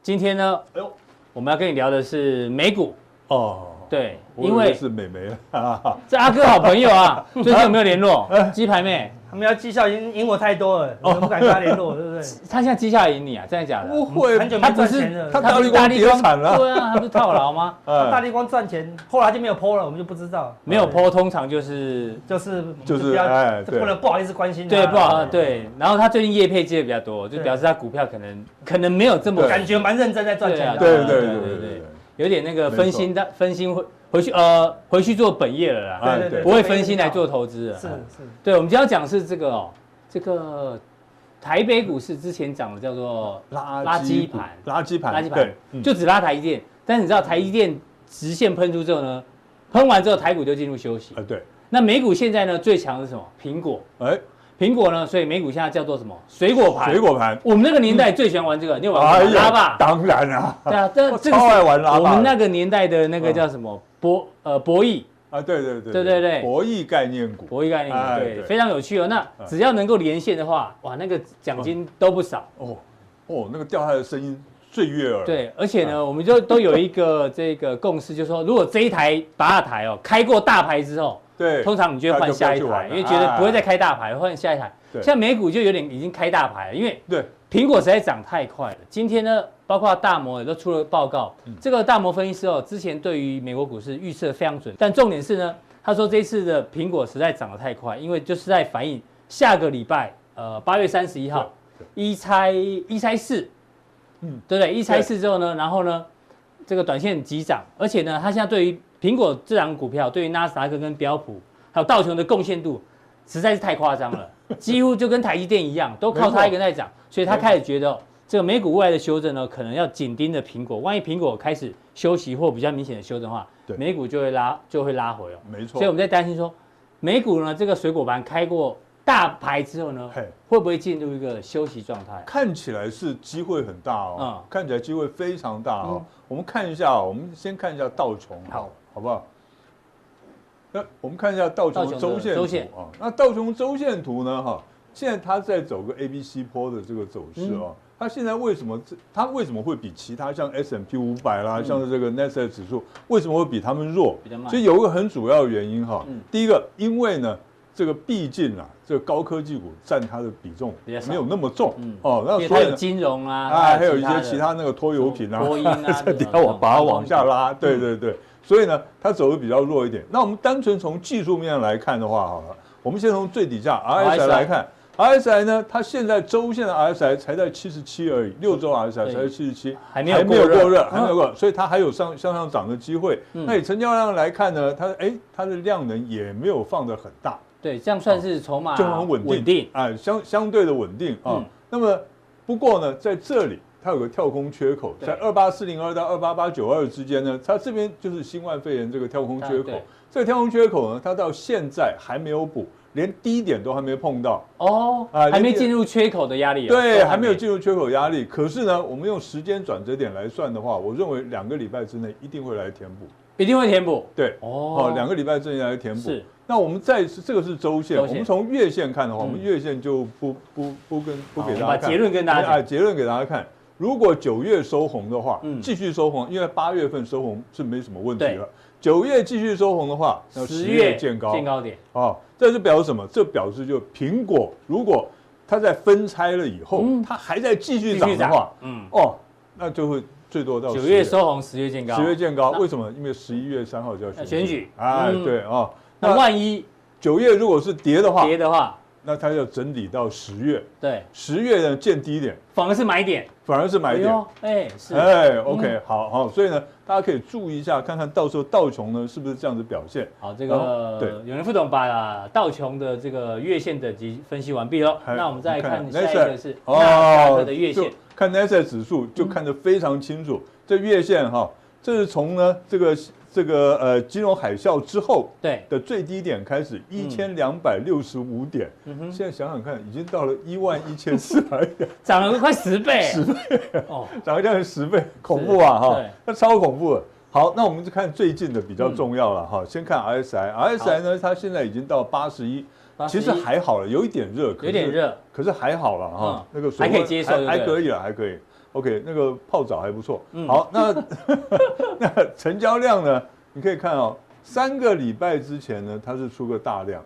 Speaker 2: 今天呢，
Speaker 4: 哎呦，
Speaker 2: 我们要跟你聊的是美股，
Speaker 4: 哦，
Speaker 2: 对，
Speaker 4: 我以
Speaker 2: 因为
Speaker 4: 是啊美眉了，哈
Speaker 2: [laughs]
Speaker 4: 哈
Speaker 2: 这阿哥好朋友
Speaker 4: [laughs]
Speaker 2: 啊，最近有没有联络？
Speaker 4: 哎
Speaker 2: 鸡排妹，
Speaker 3: 他们要绩效已经赢我太多
Speaker 2: 哦
Speaker 3: 了，我都不敢跟他联
Speaker 2: [laughs]
Speaker 3: 络，对不对？
Speaker 2: 她现在绩效赢你啊？真的假
Speaker 4: 不
Speaker 2: 的？
Speaker 4: 会，
Speaker 3: 很久
Speaker 2: 她
Speaker 3: 没
Speaker 2: 不
Speaker 3: 赚
Speaker 2: 是
Speaker 3: 钱了，
Speaker 4: 他
Speaker 2: 她
Speaker 4: 大
Speaker 2: 不
Speaker 4: 力
Speaker 2: 是
Speaker 4: 光跌惨了
Speaker 2: 对啊，她不是套牢吗？
Speaker 3: 他大
Speaker 4: [laughs] 哎，
Speaker 3: 力光赚钱，后来就没有 PO 了，我们就不知道，
Speaker 2: 呃没有 PO，通常就是
Speaker 3: 就是
Speaker 4: 就是
Speaker 3: 不要
Speaker 4: 哎对
Speaker 3: 不能不好意思关心他
Speaker 2: 对，不好，啊对。然后他最近业配接的比较多，就
Speaker 3: 啊对
Speaker 2: 表示他股票可能可能没有这么
Speaker 4: 对
Speaker 3: 感觉蛮认真在赚钱的，
Speaker 4: 对
Speaker 2: 啊对
Speaker 4: 对对
Speaker 2: 对
Speaker 4: 对
Speaker 2: 对
Speaker 4: 对对，
Speaker 2: 有点那个
Speaker 4: 没
Speaker 2: 分
Speaker 4: 错
Speaker 2: 心的分心回回去呃回去做本业了啦，
Speaker 4: 哎
Speaker 3: 啊对对对，
Speaker 2: 不会分心来做投资了。
Speaker 3: 是
Speaker 2: 嗯
Speaker 3: 是，
Speaker 2: 对，我们今天要讲的是这个哦，这个台北股市之前涨的叫做垃圾
Speaker 4: 股
Speaker 2: 盘
Speaker 4: 垃圾盘，
Speaker 2: 垃圾盘
Speaker 4: 对，嗯
Speaker 2: 就只拉台积电，但是你知道台积电直线喷出之后呢，喷完之后台股就进入休息
Speaker 4: 啊。对，
Speaker 2: 那美股现在呢最强的是什么？苹果，
Speaker 4: 哎，
Speaker 2: 苹果呢，所以美股现在叫做什么？水果盘
Speaker 4: 水。果盘，
Speaker 2: 我们那个年代最喜欢玩这个，你有玩
Speaker 4: 哎
Speaker 2: 过吗
Speaker 4: 呀
Speaker 2: 拉霸？
Speaker 4: 当然啊，
Speaker 2: 对啊，这
Speaker 4: 我
Speaker 2: 这个
Speaker 4: 超爱
Speaker 2: 是
Speaker 4: 玩拉霸的嗯
Speaker 2: 我们那个年代的那个叫什么博呃博弈，
Speaker 4: 啊，对对对
Speaker 2: 对对对
Speaker 4: 博弈概念股，
Speaker 2: 博弈概念
Speaker 4: 哎
Speaker 2: 股，对，
Speaker 4: 对嗯
Speaker 2: 非常有趣哦。那只要能够连线的话，哇，那个奖金都不少。
Speaker 4: 哦哦，那个掉下来的声音最悦耳，，
Speaker 2: 对，而且
Speaker 4: 嗯
Speaker 2: 呢，我们就都有一个这个共识，就是说，如果这一台拔蜡
Speaker 4: [laughs]
Speaker 2: 台哦开过大牌之后，
Speaker 4: 对，
Speaker 2: 通常你就会换下一
Speaker 4: 那就不要
Speaker 2: 台，
Speaker 4: 去玩
Speaker 2: 因
Speaker 4: 了哎
Speaker 2: 为觉得不会再开大牌，换下一台。
Speaker 4: 对
Speaker 2: 像美股就有点已经开大牌了，因为
Speaker 4: 对
Speaker 2: 苹果实在涨太快了。今天呢，包括大摩也都出了报告，这个大摩分析师哦，之前对于美国股市预测非常准，但重点是呢，他说这一次的苹果实在涨得太快，因为就是在反映下个礼拜，呃，八月三十一号，一拆一拆四，嗯
Speaker 4: 嗯，
Speaker 2: 对不对？一拆四之后呢，然后呢，这个短线急涨，而且呢，它现在对于苹果这档股票，对于纳斯达克跟标普还有道琼的贡献度实在是太夸张
Speaker 4: [laughs]
Speaker 2: 了，几乎就跟台积电一样，都靠它一个人在涨，所以他开始觉得哦这个美股未来的修正呢，可能要紧盯着苹果，万一苹果开始休息或比较明显的修正的话，
Speaker 4: 对
Speaker 2: 美股就会拉就会拉回哦。
Speaker 4: 没错，
Speaker 2: 所以我们在担心说，美股呢这个水果盘开过大牌之后呢
Speaker 4: 嘿，
Speaker 2: 会不会进入一个休息状态？
Speaker 4: 看起来是机会很大哦
Speaker 2: 嗯，
Speaker 4: 看起来机会非常大哦。我们看一下哦，我们先看一下道琼，
Speaker 2: 好，
Speaker 4: 好不好？那我们看一下道
Speaker 2: 道琼的
Speaker 4: 琼周线
Speaker 2: 周线
Speaker 4: 图啊，那道琼周线图呢？哈，现在它在走个 A B C 坡的这个走势
Speaker 2: 嗯
Speaker 4: 哦。它现在为什么这它为什么会比其他像 S M P 五百啦，像是这个 n e s t 指数为什么会比他们弱？
Speaker 2: 嗯比较慢
Speaker 4: 其实有一个很主要的原因
Speaker 2: 嗯
Speaker 4: 哈，第一个因为呢，这个毕竟啊，这个高科技股占它的比重
Speaker 2: 比较少
Speaker 4: 没有那么重
Speaker 2: 嗯
Speaker 4: 哦，
Speaker 2: 因
Speaker 4: 那
Speaker 2: 为
Speaker 4: 所
Speaker 2: 它
Speaker 4: 以
Speaker 2: 有
Speaker 4: 呢
Speaker 2: 金融啊，
Speaker 4: 啊，还有一
Speaker 2: 它
Speaker 4: 些
Speaker 2: 的
Speaker 4: 其他那个拖油瓶啊，
Speaker 2: 波音 [laughs] 啊
Speaker 4: 这
Speaker 2: 这
Speaker 4: 底
Speaker 2: 种
Speaker 4: 下我把它往下拉，
Speaker 2: 嗯
Speaker 4: 对对对，所以呢，它走的比较弱一点。那我们单纯从技术面来看的话，好了，我们先从最底下
Speaker 2: RSI
Speaker 4: RSI 来看，RSI 呢，它现在周线的 RSI 才在七十七而已，六周 RSI 才在七十七，
Speaker 2: 还没有
Speaker 4: 没有
Speaker 2: 过热嗯
Speaker 4: 过热，还没有过热，所以它还有上向上涨的机会。那以成交量来看呢，它哎，它的量能也没有放得很大，
Speaker 2: 对，这样算是筹码
Speaker 4: 就很稳定，
Speaker 2: 啊稳定，
Speaker 4: 哎，相相对的稳定啊。
Speaker 2: 嗯
Speaker 4: 那么不过呢，在这里它有个跳空缺口，
Speaker 2: 对
Speaker 4: 在二八四零二到二八八九二之间呢，它这边就是新冠肺炎这个跳空缺
Speaker 2: 啊
Speaker 4: 口
Speaker 2: 对。
Speaker 4: 这个跳空缺口呢，它到现在还没有补，连低点都还没碰到，
Speaker 2: 哦，
Speaker 4: 啊
Speaker 2: 还没
Speaker 4: 就是
Speaker 2: 进入缺口的压力哦，
Speaker 4: 对，
Speaker 2: 都
Speaker 4: 还没有进入缺口压力。可是呢，我们用时间转折点来算的话，我认为两个礼拜之内一定会来填补。
Speaker 2: 一定会填补。
Speaker 4: 对，
Speaker 2: 哦
Speaker 4: 哦，两个礼拜之内来填补。
Speaker 2: 是，
Speaker 4: 那我们再这个是周线，
Speaker 2: 周线
Speaker 4: 我们从月线看的话，我们
Speaker 2: 嗯
Speaker 4: 月线就不不不跟不给
Speaker 2: 好我
Speaker 4: 大家
Speaker 2: 们把
Speaker 4: 看
Speaker 2: 结论跟大家讲
Speaker 4: 哎，结论给大家看。如果九月收红的话
Speaker 2: 嗯，
Speaker 4: 继续收红，因为八月份收红是没什么问题
Speaker 2: 对
Speaker 4: 了。九月继续收红的话，那
Speaker 2: 十
Speaker 4: 十
Speaker 2: 月
Speaker 4: 月见高。
Speaker 2: 见高点，
Speaker 4: 哦，这就表示什么？这表示就苹果如果它在分拆了以后，
Speaker 2: 嗯
Speaker 4: 它还在
Speaker 2: 继
Speaker 4: 继续
Speaker 2: 续
Speaker 4: 涨的话，
Speaker 2: 嗯，
Speaker 4: 哦，那就会最多到
Speaker 2: 九
Speaker 4: 10
Speaker 2: 月收红，十月见高，
Speaker 4: 哦十月见高，
Speaker 2: 那呃
Speaker 4: 为什么？因为十一月三号就要
Speaker 2: 选
Speaker 4: 选
Speaker 2: 举
Speaker 4: 举，哎，
Speaker 2: 嗯
Speaker 4: 对啊。
Speaker 2: 那万一
Speaker 4: 九月如果是跌的话，
Speaker 2: 跌的话，
Speaker 4: 那它要整理到十月，
Speaker 2: 对，
Speaker 4: 十月呢见低点，
Speaker 2: 反而是买点，
Speaker 4: 反而是买
Speaker 2: 哎
Speaker 4: 点
Speaker 2: 呦。，嗯哎，是，
Speaker 4: 哎，OK，好好，所以呢，大家可以注意一下，看看到时候道琼呢是不是这样子表现。
Speaker 2: 好，这
Speaker 4: 然后对
Speaker 2: 个有人副总把道琼的这个月线等级分析完毕了，
Speaker 4: 哎
Speaker 2: 那我们再看下
Speaker 4: Nasdaq
Speaker 2: 一个是纳斯达克
Speaker 4: 哦
Speaker 2: 的月
Speaker 4: 就
Speaker 2: 线，
Speaker 4: 看 n a s a 指数就看得非常清楚，这月线哈，这是从呢这个这个呃金融海啸之后
Speaker 2: 对，
Speaker 4: 的最低点开始，
Speaker 2: 嗯
Speaker 4: 一千两百六十五点，现在想想看，已经到了一万一千四
Speaker 2: [laughs]
Speaker 4: 百点。
Speaker 2: 涨了快十倍，十倍，哦，
Speaker 4: 涨价是十倍，恐怖啊哈
Speaker 2: 对，
Speaker 4: 那超恐怖的。好，那我们就看最近的比较重要了哈、先看 RSI，RSI 呢，它现在已经到八十一，其实还好了，有一点热，可是
Speaker 2: 有点，热，
Speaker 4: 可是还好了哈、
Speaker 2: 嗯
Speaker 4: 那个水温
Speaker 2: 还可以接受就
Speaker 4: 还
Speaker 2: 对嗯了
Speaker 4: 还可以了，还可以。OK，那个泡澡还不错。好，
Speaker 2: [laughs]
Speaker 4: 那 [laughs] 那成交量呢？你可以看哦，三个礼拜之前呢，它是出个大量，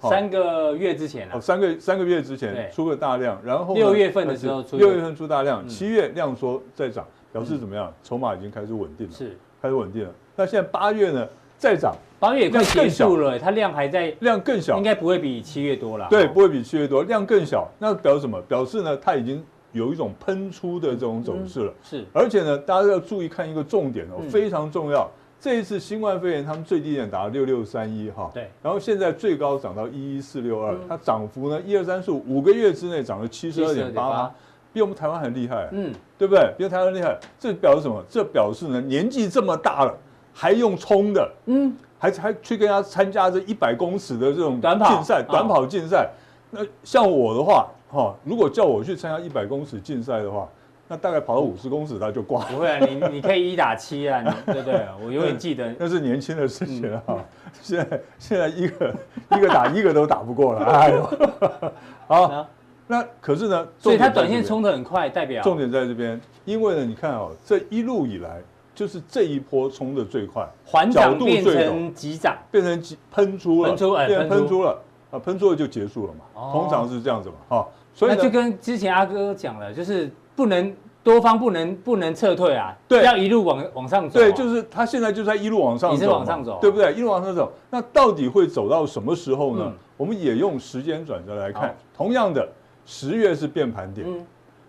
Speaker 4: 好
Speaker 2: 三个月之前
Speaker 4: 哦，
Speaker 2: 啊，
Speaker 4: 三个三个月之
Speaker 2: 对
Speaker 4: 前出个大量，然后呢
Speaker 2: 六月份的时候出一个嗯
Speaker 4: 六月份出大量，七月量缩再涨，表示怎么样？筹码已经开始稳定了，
Speaker 2: 是
Speaker 4: 开始稳定了。那现在八月呢再涨，
Speaker 2: 八月也快
Speaker 4: 那更
Speaker 2: 结束
Speaker 4: 小
Speaker 2: 了，它量还在，
Speaker 4: 量更小
Speaker 2: 应，该不会比七月多了，
Speaker 4: 对，
Speaker 2: 哦
Speaker 4: 不会比七月多，量更小，那表示什么？表示呢它已经有一种喷出的这种走势了。
Speaker 2: 是
Speaker 4: 而且呢，大家要注意看一个重点哦
Speaker 2: 嗯，
Speaker 4: 非常重要。这一次新冠肺炎，他们最低点达到六六三一哈，
Speaker 2: 对
Speaker 4: 然后现在最高涨到一一四六二，它涨幅呢一二三四五五个月之内涨了七十二点八，比我们台湾还厉害，
Speaker 2: 嗯，
Speaker 4: 对不对？比台湾厉害，这表示什么？这表示呢，年纪这么大了，还用冲的，
Speaker 2: 嗯，
Speaker 4: 还还去跟他参加这一百公尺的这种
Speaker 2: 短跑
Speaker 4: 竞赛，
Speaker 2: 啊
Speaker 4: 短跑竞赛。那像我的话，哈、如果叫我去参加一百公尺竞赛的话，那大概跑到五十公尺它就挂了。
Speaker 2: 不会、啊，你你可以一打七啊，你 [laughs] 对不对？我永远记得。
Speaker 4: 那是年轻的事情啊，
Speaker 2: 嗯
Speaker 4: 现在现在一个一个打一个都打不过了，哎呦，
Speaker 2: [laughs]
Speaker 4: 好，那可是呢，
Speaker 2: 所以它
Speaker 4: 重点在
Speaker 2: 短
Speaker 4: 这
Speaker 2: 线
Speaker 4: 边
Speaker 2: 冲得很快，代表
Speaker 4: 重点在这边，因为呢，你看哦，这一路以来就是这一波冲的最快，
Speaker 2: 环
Speaker 4: 角
Speaker 2: 涨
Speaker 4: 度
Speaker 2: 变
Speaker 4: 最陡，
Speaker 2: 成急涨，
Speaker 4: 变成几喷出了，
Speaker 2: 喷出哎
Speaker 4: 变
Speaker 2: 喷出
Speaker 4: 喷出了啊，喷出了就结束了嘛，
Speaker 2: 哦
Speaker 4: 通常是这样子嘛，哈，所以
Speaker 2: 那就
Speaker 4: 呢，
Speaker 2: 跟之前阿哥讲了，就是不能多方不能不能撤退啊，
Speaker 4: 对
Speaker 2: 要一路往往上走啊、
Speaker 4: 对，就是它现在就在一路往上
Speaker 2: 你是
Speaker 4: 走嘛，
Speaker 2: 往上走
Speaker 4: 对不对？一路往上走，那到底会走到什么时候呢
Speaker 2: 嗯？
Speaker 4: 我们也用时间转折来看
Speaker 2: 好，
Speaker 4: 同样的，十月是变盘点，
Speaker 2: 嗯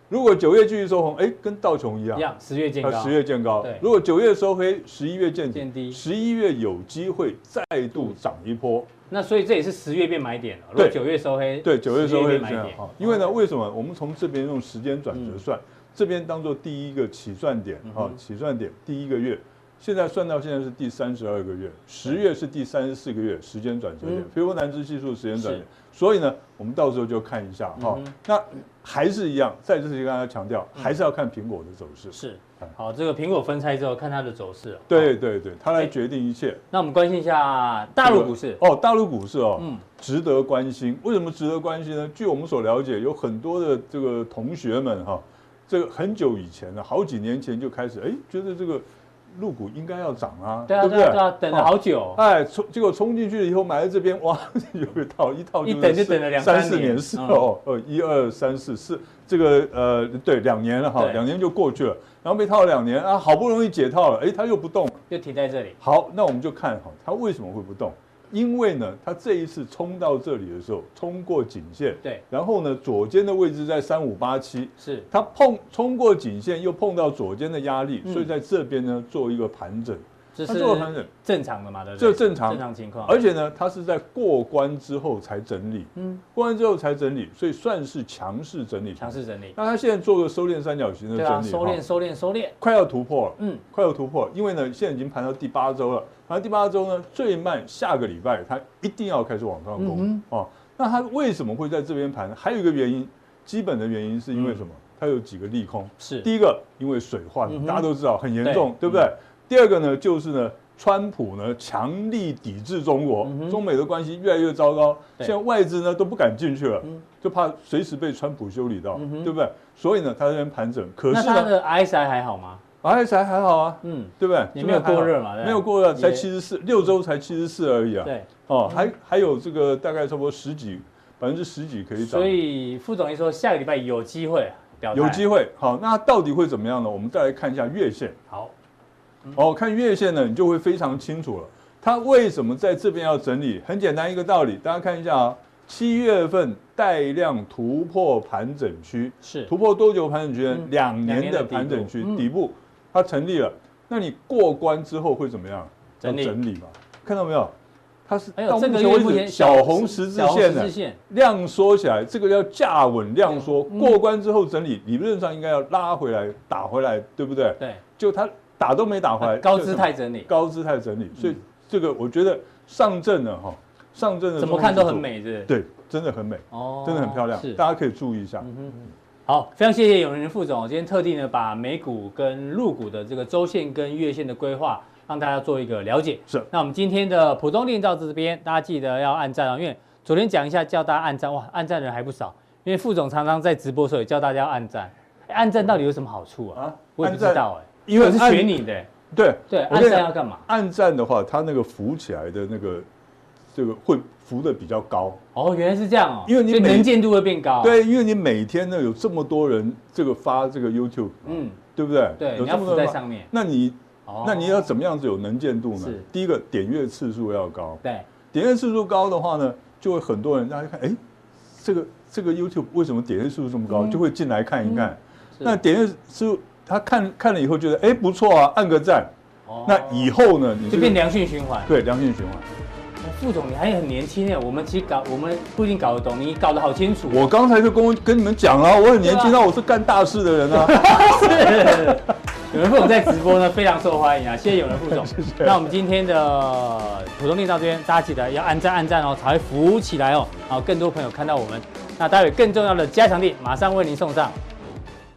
Speaker 4: 如果九月继续收红，哎，跟道琼一样
Speaker 2: 一。样，十月见
Speaker 4: 它
Speaker 2: 高，
Speaker 4: 啊呃十月见高
Speaker 2: 对，
Speaker 4: 如果九月收黑，十一月见
Speaker 2: 见
Speaker 4: 底，
Speaker 2: 低
Speaker 4: 十一月有机会再度涨一波。
Speaker 2: 那所以这也是十月变买点了。如果
Speaker 4: 对
Speaker 2: 九月收黑，
Speaker 4: 对，九月
Speaker 2: 10
Speaker 4: 收
Speaker 2: 变
Speaker 4: 黑是
Speaker 2: 买
Speaker 4: 这样
Speaker 2: 点哦嗯
Speaker 4: 哈。因为呢，为什么我们从这边用时间转折算，这边当做第一个起算点哈，起算点第一个月，现在算到现在是第三十二个月，十月是第三十四个月时间转折点
Speaker 2: 嗯，
Speaker 4: 斐波南兹系数时间转折
Speaker 2: 是嗯
Speaker 4: 点。所以呢，我们到时候就看一下哈。那还是一样，再次跟大家强调，还是要看苹果的走势。
Speaker 2: 是
Speaker 4: 嗯
Speaker 2: 好，这个苹果分拆之后看它的走势了。好，
Speaker 4: 对对对，它来决定一切。
Speaker 2: 那我们关心一下大陆股市
Speaker 4: 这。个哦，大陆股市哦，
Speaker 2: 嗯
Speaker 4: 值得关心。为什么值得关心呢？据我们所了解，有很多的这个同学们哈、这个很久以前呢，好几年前就开始哎，觉得这个陆股应该要涨啊，
Speaker 2: 对啊，
Speaker 4: 不
Speaker 2: 对啊，对啊，等了
Speaker 4: 哦
Speaker 2: 好久。
Speaker 4: 哎，冲结果冲进去了以后，买在这边，哇， [laughs] 有一套一套
Speaker 2: 一
Speaker 4: 是
Speaker 2: 等就
Speaker 4: 四
Speaker 2: 等了两
Speaker 4: 三
Speaker 2: 三
Speaker 4: 四
Speaker 2: 年嗯
Speaker 4: 年是哦，呃，一二三四四，这个呃，对，两年了哈，
Speaker 2: 对
Speaker 4: 两年就过去了，然后被套了两年啊，好不容易解套了，哎，它又不动了。
Speaker 2: 就停在这里。
Speaker 4: 好，那我们就看哈，它为什么会不动？因为呢，它这一次冲到这里的时候，冲过颈线，
Speaker 2: 对，
Speaker 4: 然后呢，左肩的位置在三五八七，
Speaker 2: 是
Speaker 4: 它碰冲过颈线，又碰到左肩的压力，
Speaker 2: 嗯
Speaker 4: 所以在这边呢做一个盘整，
Speaker 2: 这
Speaker 4: 它
Speaker 2: 是
Speaker 4: 做了盘整，
Speaker 2: 正常的嘛，对不对？
Speaker 4: 这正常
Speaker 2: 正常情况。
Speaker 4: 而且呢，它是在过关之后才整理，
Speaker 2: 嗯，
Speaker 4: 过关之后才整理，所以算是强势整理。
Speaker 2: 强。势整理。
Speaker 4: 那它现在做个收敛三角形的
Speaker 2: 对
Speaker 4: 整理
Speaker 2: 啊，
Speaker 4: 哈，
Speaker 2: 收敛，收敛，收敛。
Speaker 4: 快要突破了。
Speaker 2: 嗯，
Speaker 4: 快要突破，因为呢，现在已经盘到第八周了。盘到第八周呢，最慢下个礼拜它一定要开始往上攻、
Speaker 2: 嗯
Speaker 4: 哦。那它为什么会在这边盘？还有一个原因，基本的原因是因为什么？它有几个利空。
Speaker 2: 嗯是。
Speaker 4: 第一个，因为水患，
Speaker 2: 嗯哼
Speaker 4: 大家都知道很严重，
Speaker 2: 对嗯
Speaker 4: 对不对？第二个呢，就是呢，川普呢强力抵制中国，中美的关系越来越糟糕，
Speaker 2: 嗯对
Speaker 4: 现在外资呢都不敢进去了，
Speaker 2: 嗯
Speaker 4: 就怕随时被川普修理到，
Speaker 2: 嗯哼
Speaker 4: 对不对？所以呢，它在这边盘整。可
Speaker 2: 那
Speaker 4: 是
Speaker 2: 它
Speaker 4: 呢，
Speaker 2: 的 RSI 还好吗？
Speaker 4: 还还还好啊，
Speaker 2: 嗯，
Speaker 4: 对不对？
Speaker 2: 也没有过热嘛对
Speaker 4: 没有过热，才
Speaker 2: 也
Speaker 4: 七十四，六周才七十四而已啊。
Speaker 2: 对。
Speaker 4: 哦，还还有这个大概差不多十几，百分之十几可以涨，
Speaker 2: 所以副总一说，下个礼拜有机会啊表态。
Speaker 4: 有机会。好，那到底会怎么样呢？我们再来看一下月线。
Speaker 2: 好，
Speaker 4: 哦，看月线呢，你就会非常清楚了。它为什么在这边要整理？很简单一个道理，大家看一下啊。七月份带量突破盘整区，
Speaker 2: 是
Speaker 4: 突破多久盘整区呢？
Speaker 2: 嗯
Speaker 4: 两年
Speaker 2: 两年的
Speaker 4: 的
Speaker 2: 底部
Speaker 4: 盘整区
Speaker 2: 嗯
Speaker 4: 底部，它成立了。那你过关之后会怎么样？要
Speaker 2: 整理
Speaker 4: 整理嘛，看到没有？它是
Speaker 2: 哎呦，
Speaker 4: 到
Speaker 2: 这
Speaker 4: 目
Speaker 2: 个
Speaker 4: 前
Speaker 2: 月
Speaker 4: 为
Speaker 2: 目
Speaker 4: 止
Speaker 2: 前
Speaker 4: 小红十字
Speaker 2: 小红
Speaker 4: 线啊
Speaker 2: 十
Speaker 4: 呢
Speaker 2: 字，线
Speaker 4: 量缩起来，这个要价稳量缩。
Speaker 2: 嗯
Speaker 4: 过关之后整理，理论上应该要拉回来打回来，对不对？
Speaker 2: 对，
Speaker 4: 就它打都没打回来，
Speaker 2: [laughs] 高
Speaker 4: 就
Speaker 2: 姿
Speaker 4: 什么
Speaker 2: 态嗯整理，
Speaker 4: 哎高姿态整理，所以这个我觉得上证呢，哈，上证的
Speaker 2: 怎么看都
Speaker 4: 中
Speaker 2: 很
Speaker 4: 国指
Speaker 2: 美，是不是
Speaker 4: 数，，对，真的很美，
Speaker 2: 哦
Speaker 4: 真的很漂亮
Speaker 2: 是，，嗯
Speaker 4: 大家可以注意一下。
Speaker 2: 好，非常谢谢永仁副总，今天特地呢把美股跟陆股的这个周线跟月线的规划，让大家做一个了解。
Speaker 4: 是
Speaker 2: 那我们今天的浦东店到这边，大家记得要按赞哦，因为昨天讲一下叫大家按赞，哇，按赞人还不少，因为副总常常在直播的时候也叫大家要按赞，哎按赞到底有什么好处啊？
Speaker 4: 嗯啊
Speaker 2: 我也不
Speaker 4: 按赞
Speaker 2: 知道哎、
Speaker 4: 因为
Speaker 2: 我是
Speaker 4: 按
Speaker 2: 学你的、
Speaker 4: 对
Speaker 2: 对，
Speaker 4: 我
Speaker 2: 按
Speaker 4: 跟你
Speaker 2: 赞
Speaker 4: 讲
Speaker 2: 要，干嘛？
Speaker 4: 按赞的话，它那个浮起来的那个，这个会浮的比较高。
Speaker 2: 哦，原来是这样哦，
Speaker 4: 因为你
Speaker 2: 所以
Speaker 4: 每
Speaker 2: 能见度会变高。，啊
Speaker 4: 对，因为你每天呢有这么多人这个发这个 YouTube，
Speaker 2: 嗯，
Speaker 4: 对不对？
Speaker 2: 对，
Speaker 4: 有
Speaker 2: 你要
Speaker 4: 这
Speaker 2: 浮
Speaker 4: 么多
Speaker 2: 在
Speaker 4: 人发
Speaker 2: 上面。
Speaker 4: 那你
Speaker 2: 哦
Speaker 4: 那你要怎么样子有能见度呢
Speaker 2: 是？
Speaker 4: 第一个点阅次数要高，
Speaker 2: 对，
Speaker 4: 点阅次数高的话呢，就会很多人大家看，哎，这个这个 YouTube 为什么点阅次数这么高，就会进来看一看。
Speaker 2: 嗯是
Speaker 4: 那点阅次数他看看了以后觉得，哎，不错啊，按个赞。
Speaker 2: 哦
Speaker 4: 那以后呢，你
Speaker 2: 就变良性循环。
Speaker 4: 对良性循环。
Speaker 2: 副总，你还很年轻哎，我们其实搞我们不一定搞得懂，你搞得好清楚。啊
Speaker 4: 我刚才就跟我跟你们讲了，我很年轻，
Speaker 2: 对啊
Speaker 4: 那我是干大事的人啊。
Speaker 2: 是，有人副总在直播呢，非常受欢迎啊，谢谢有人副总。
Speaker 4: 谢
Speaker 2: 那我们今天的普通店到这边，大家记得要按赞按赞哦，才会浮起来哦，好，更多朋友看到我们。那待会更重要的加强力马上为您送上，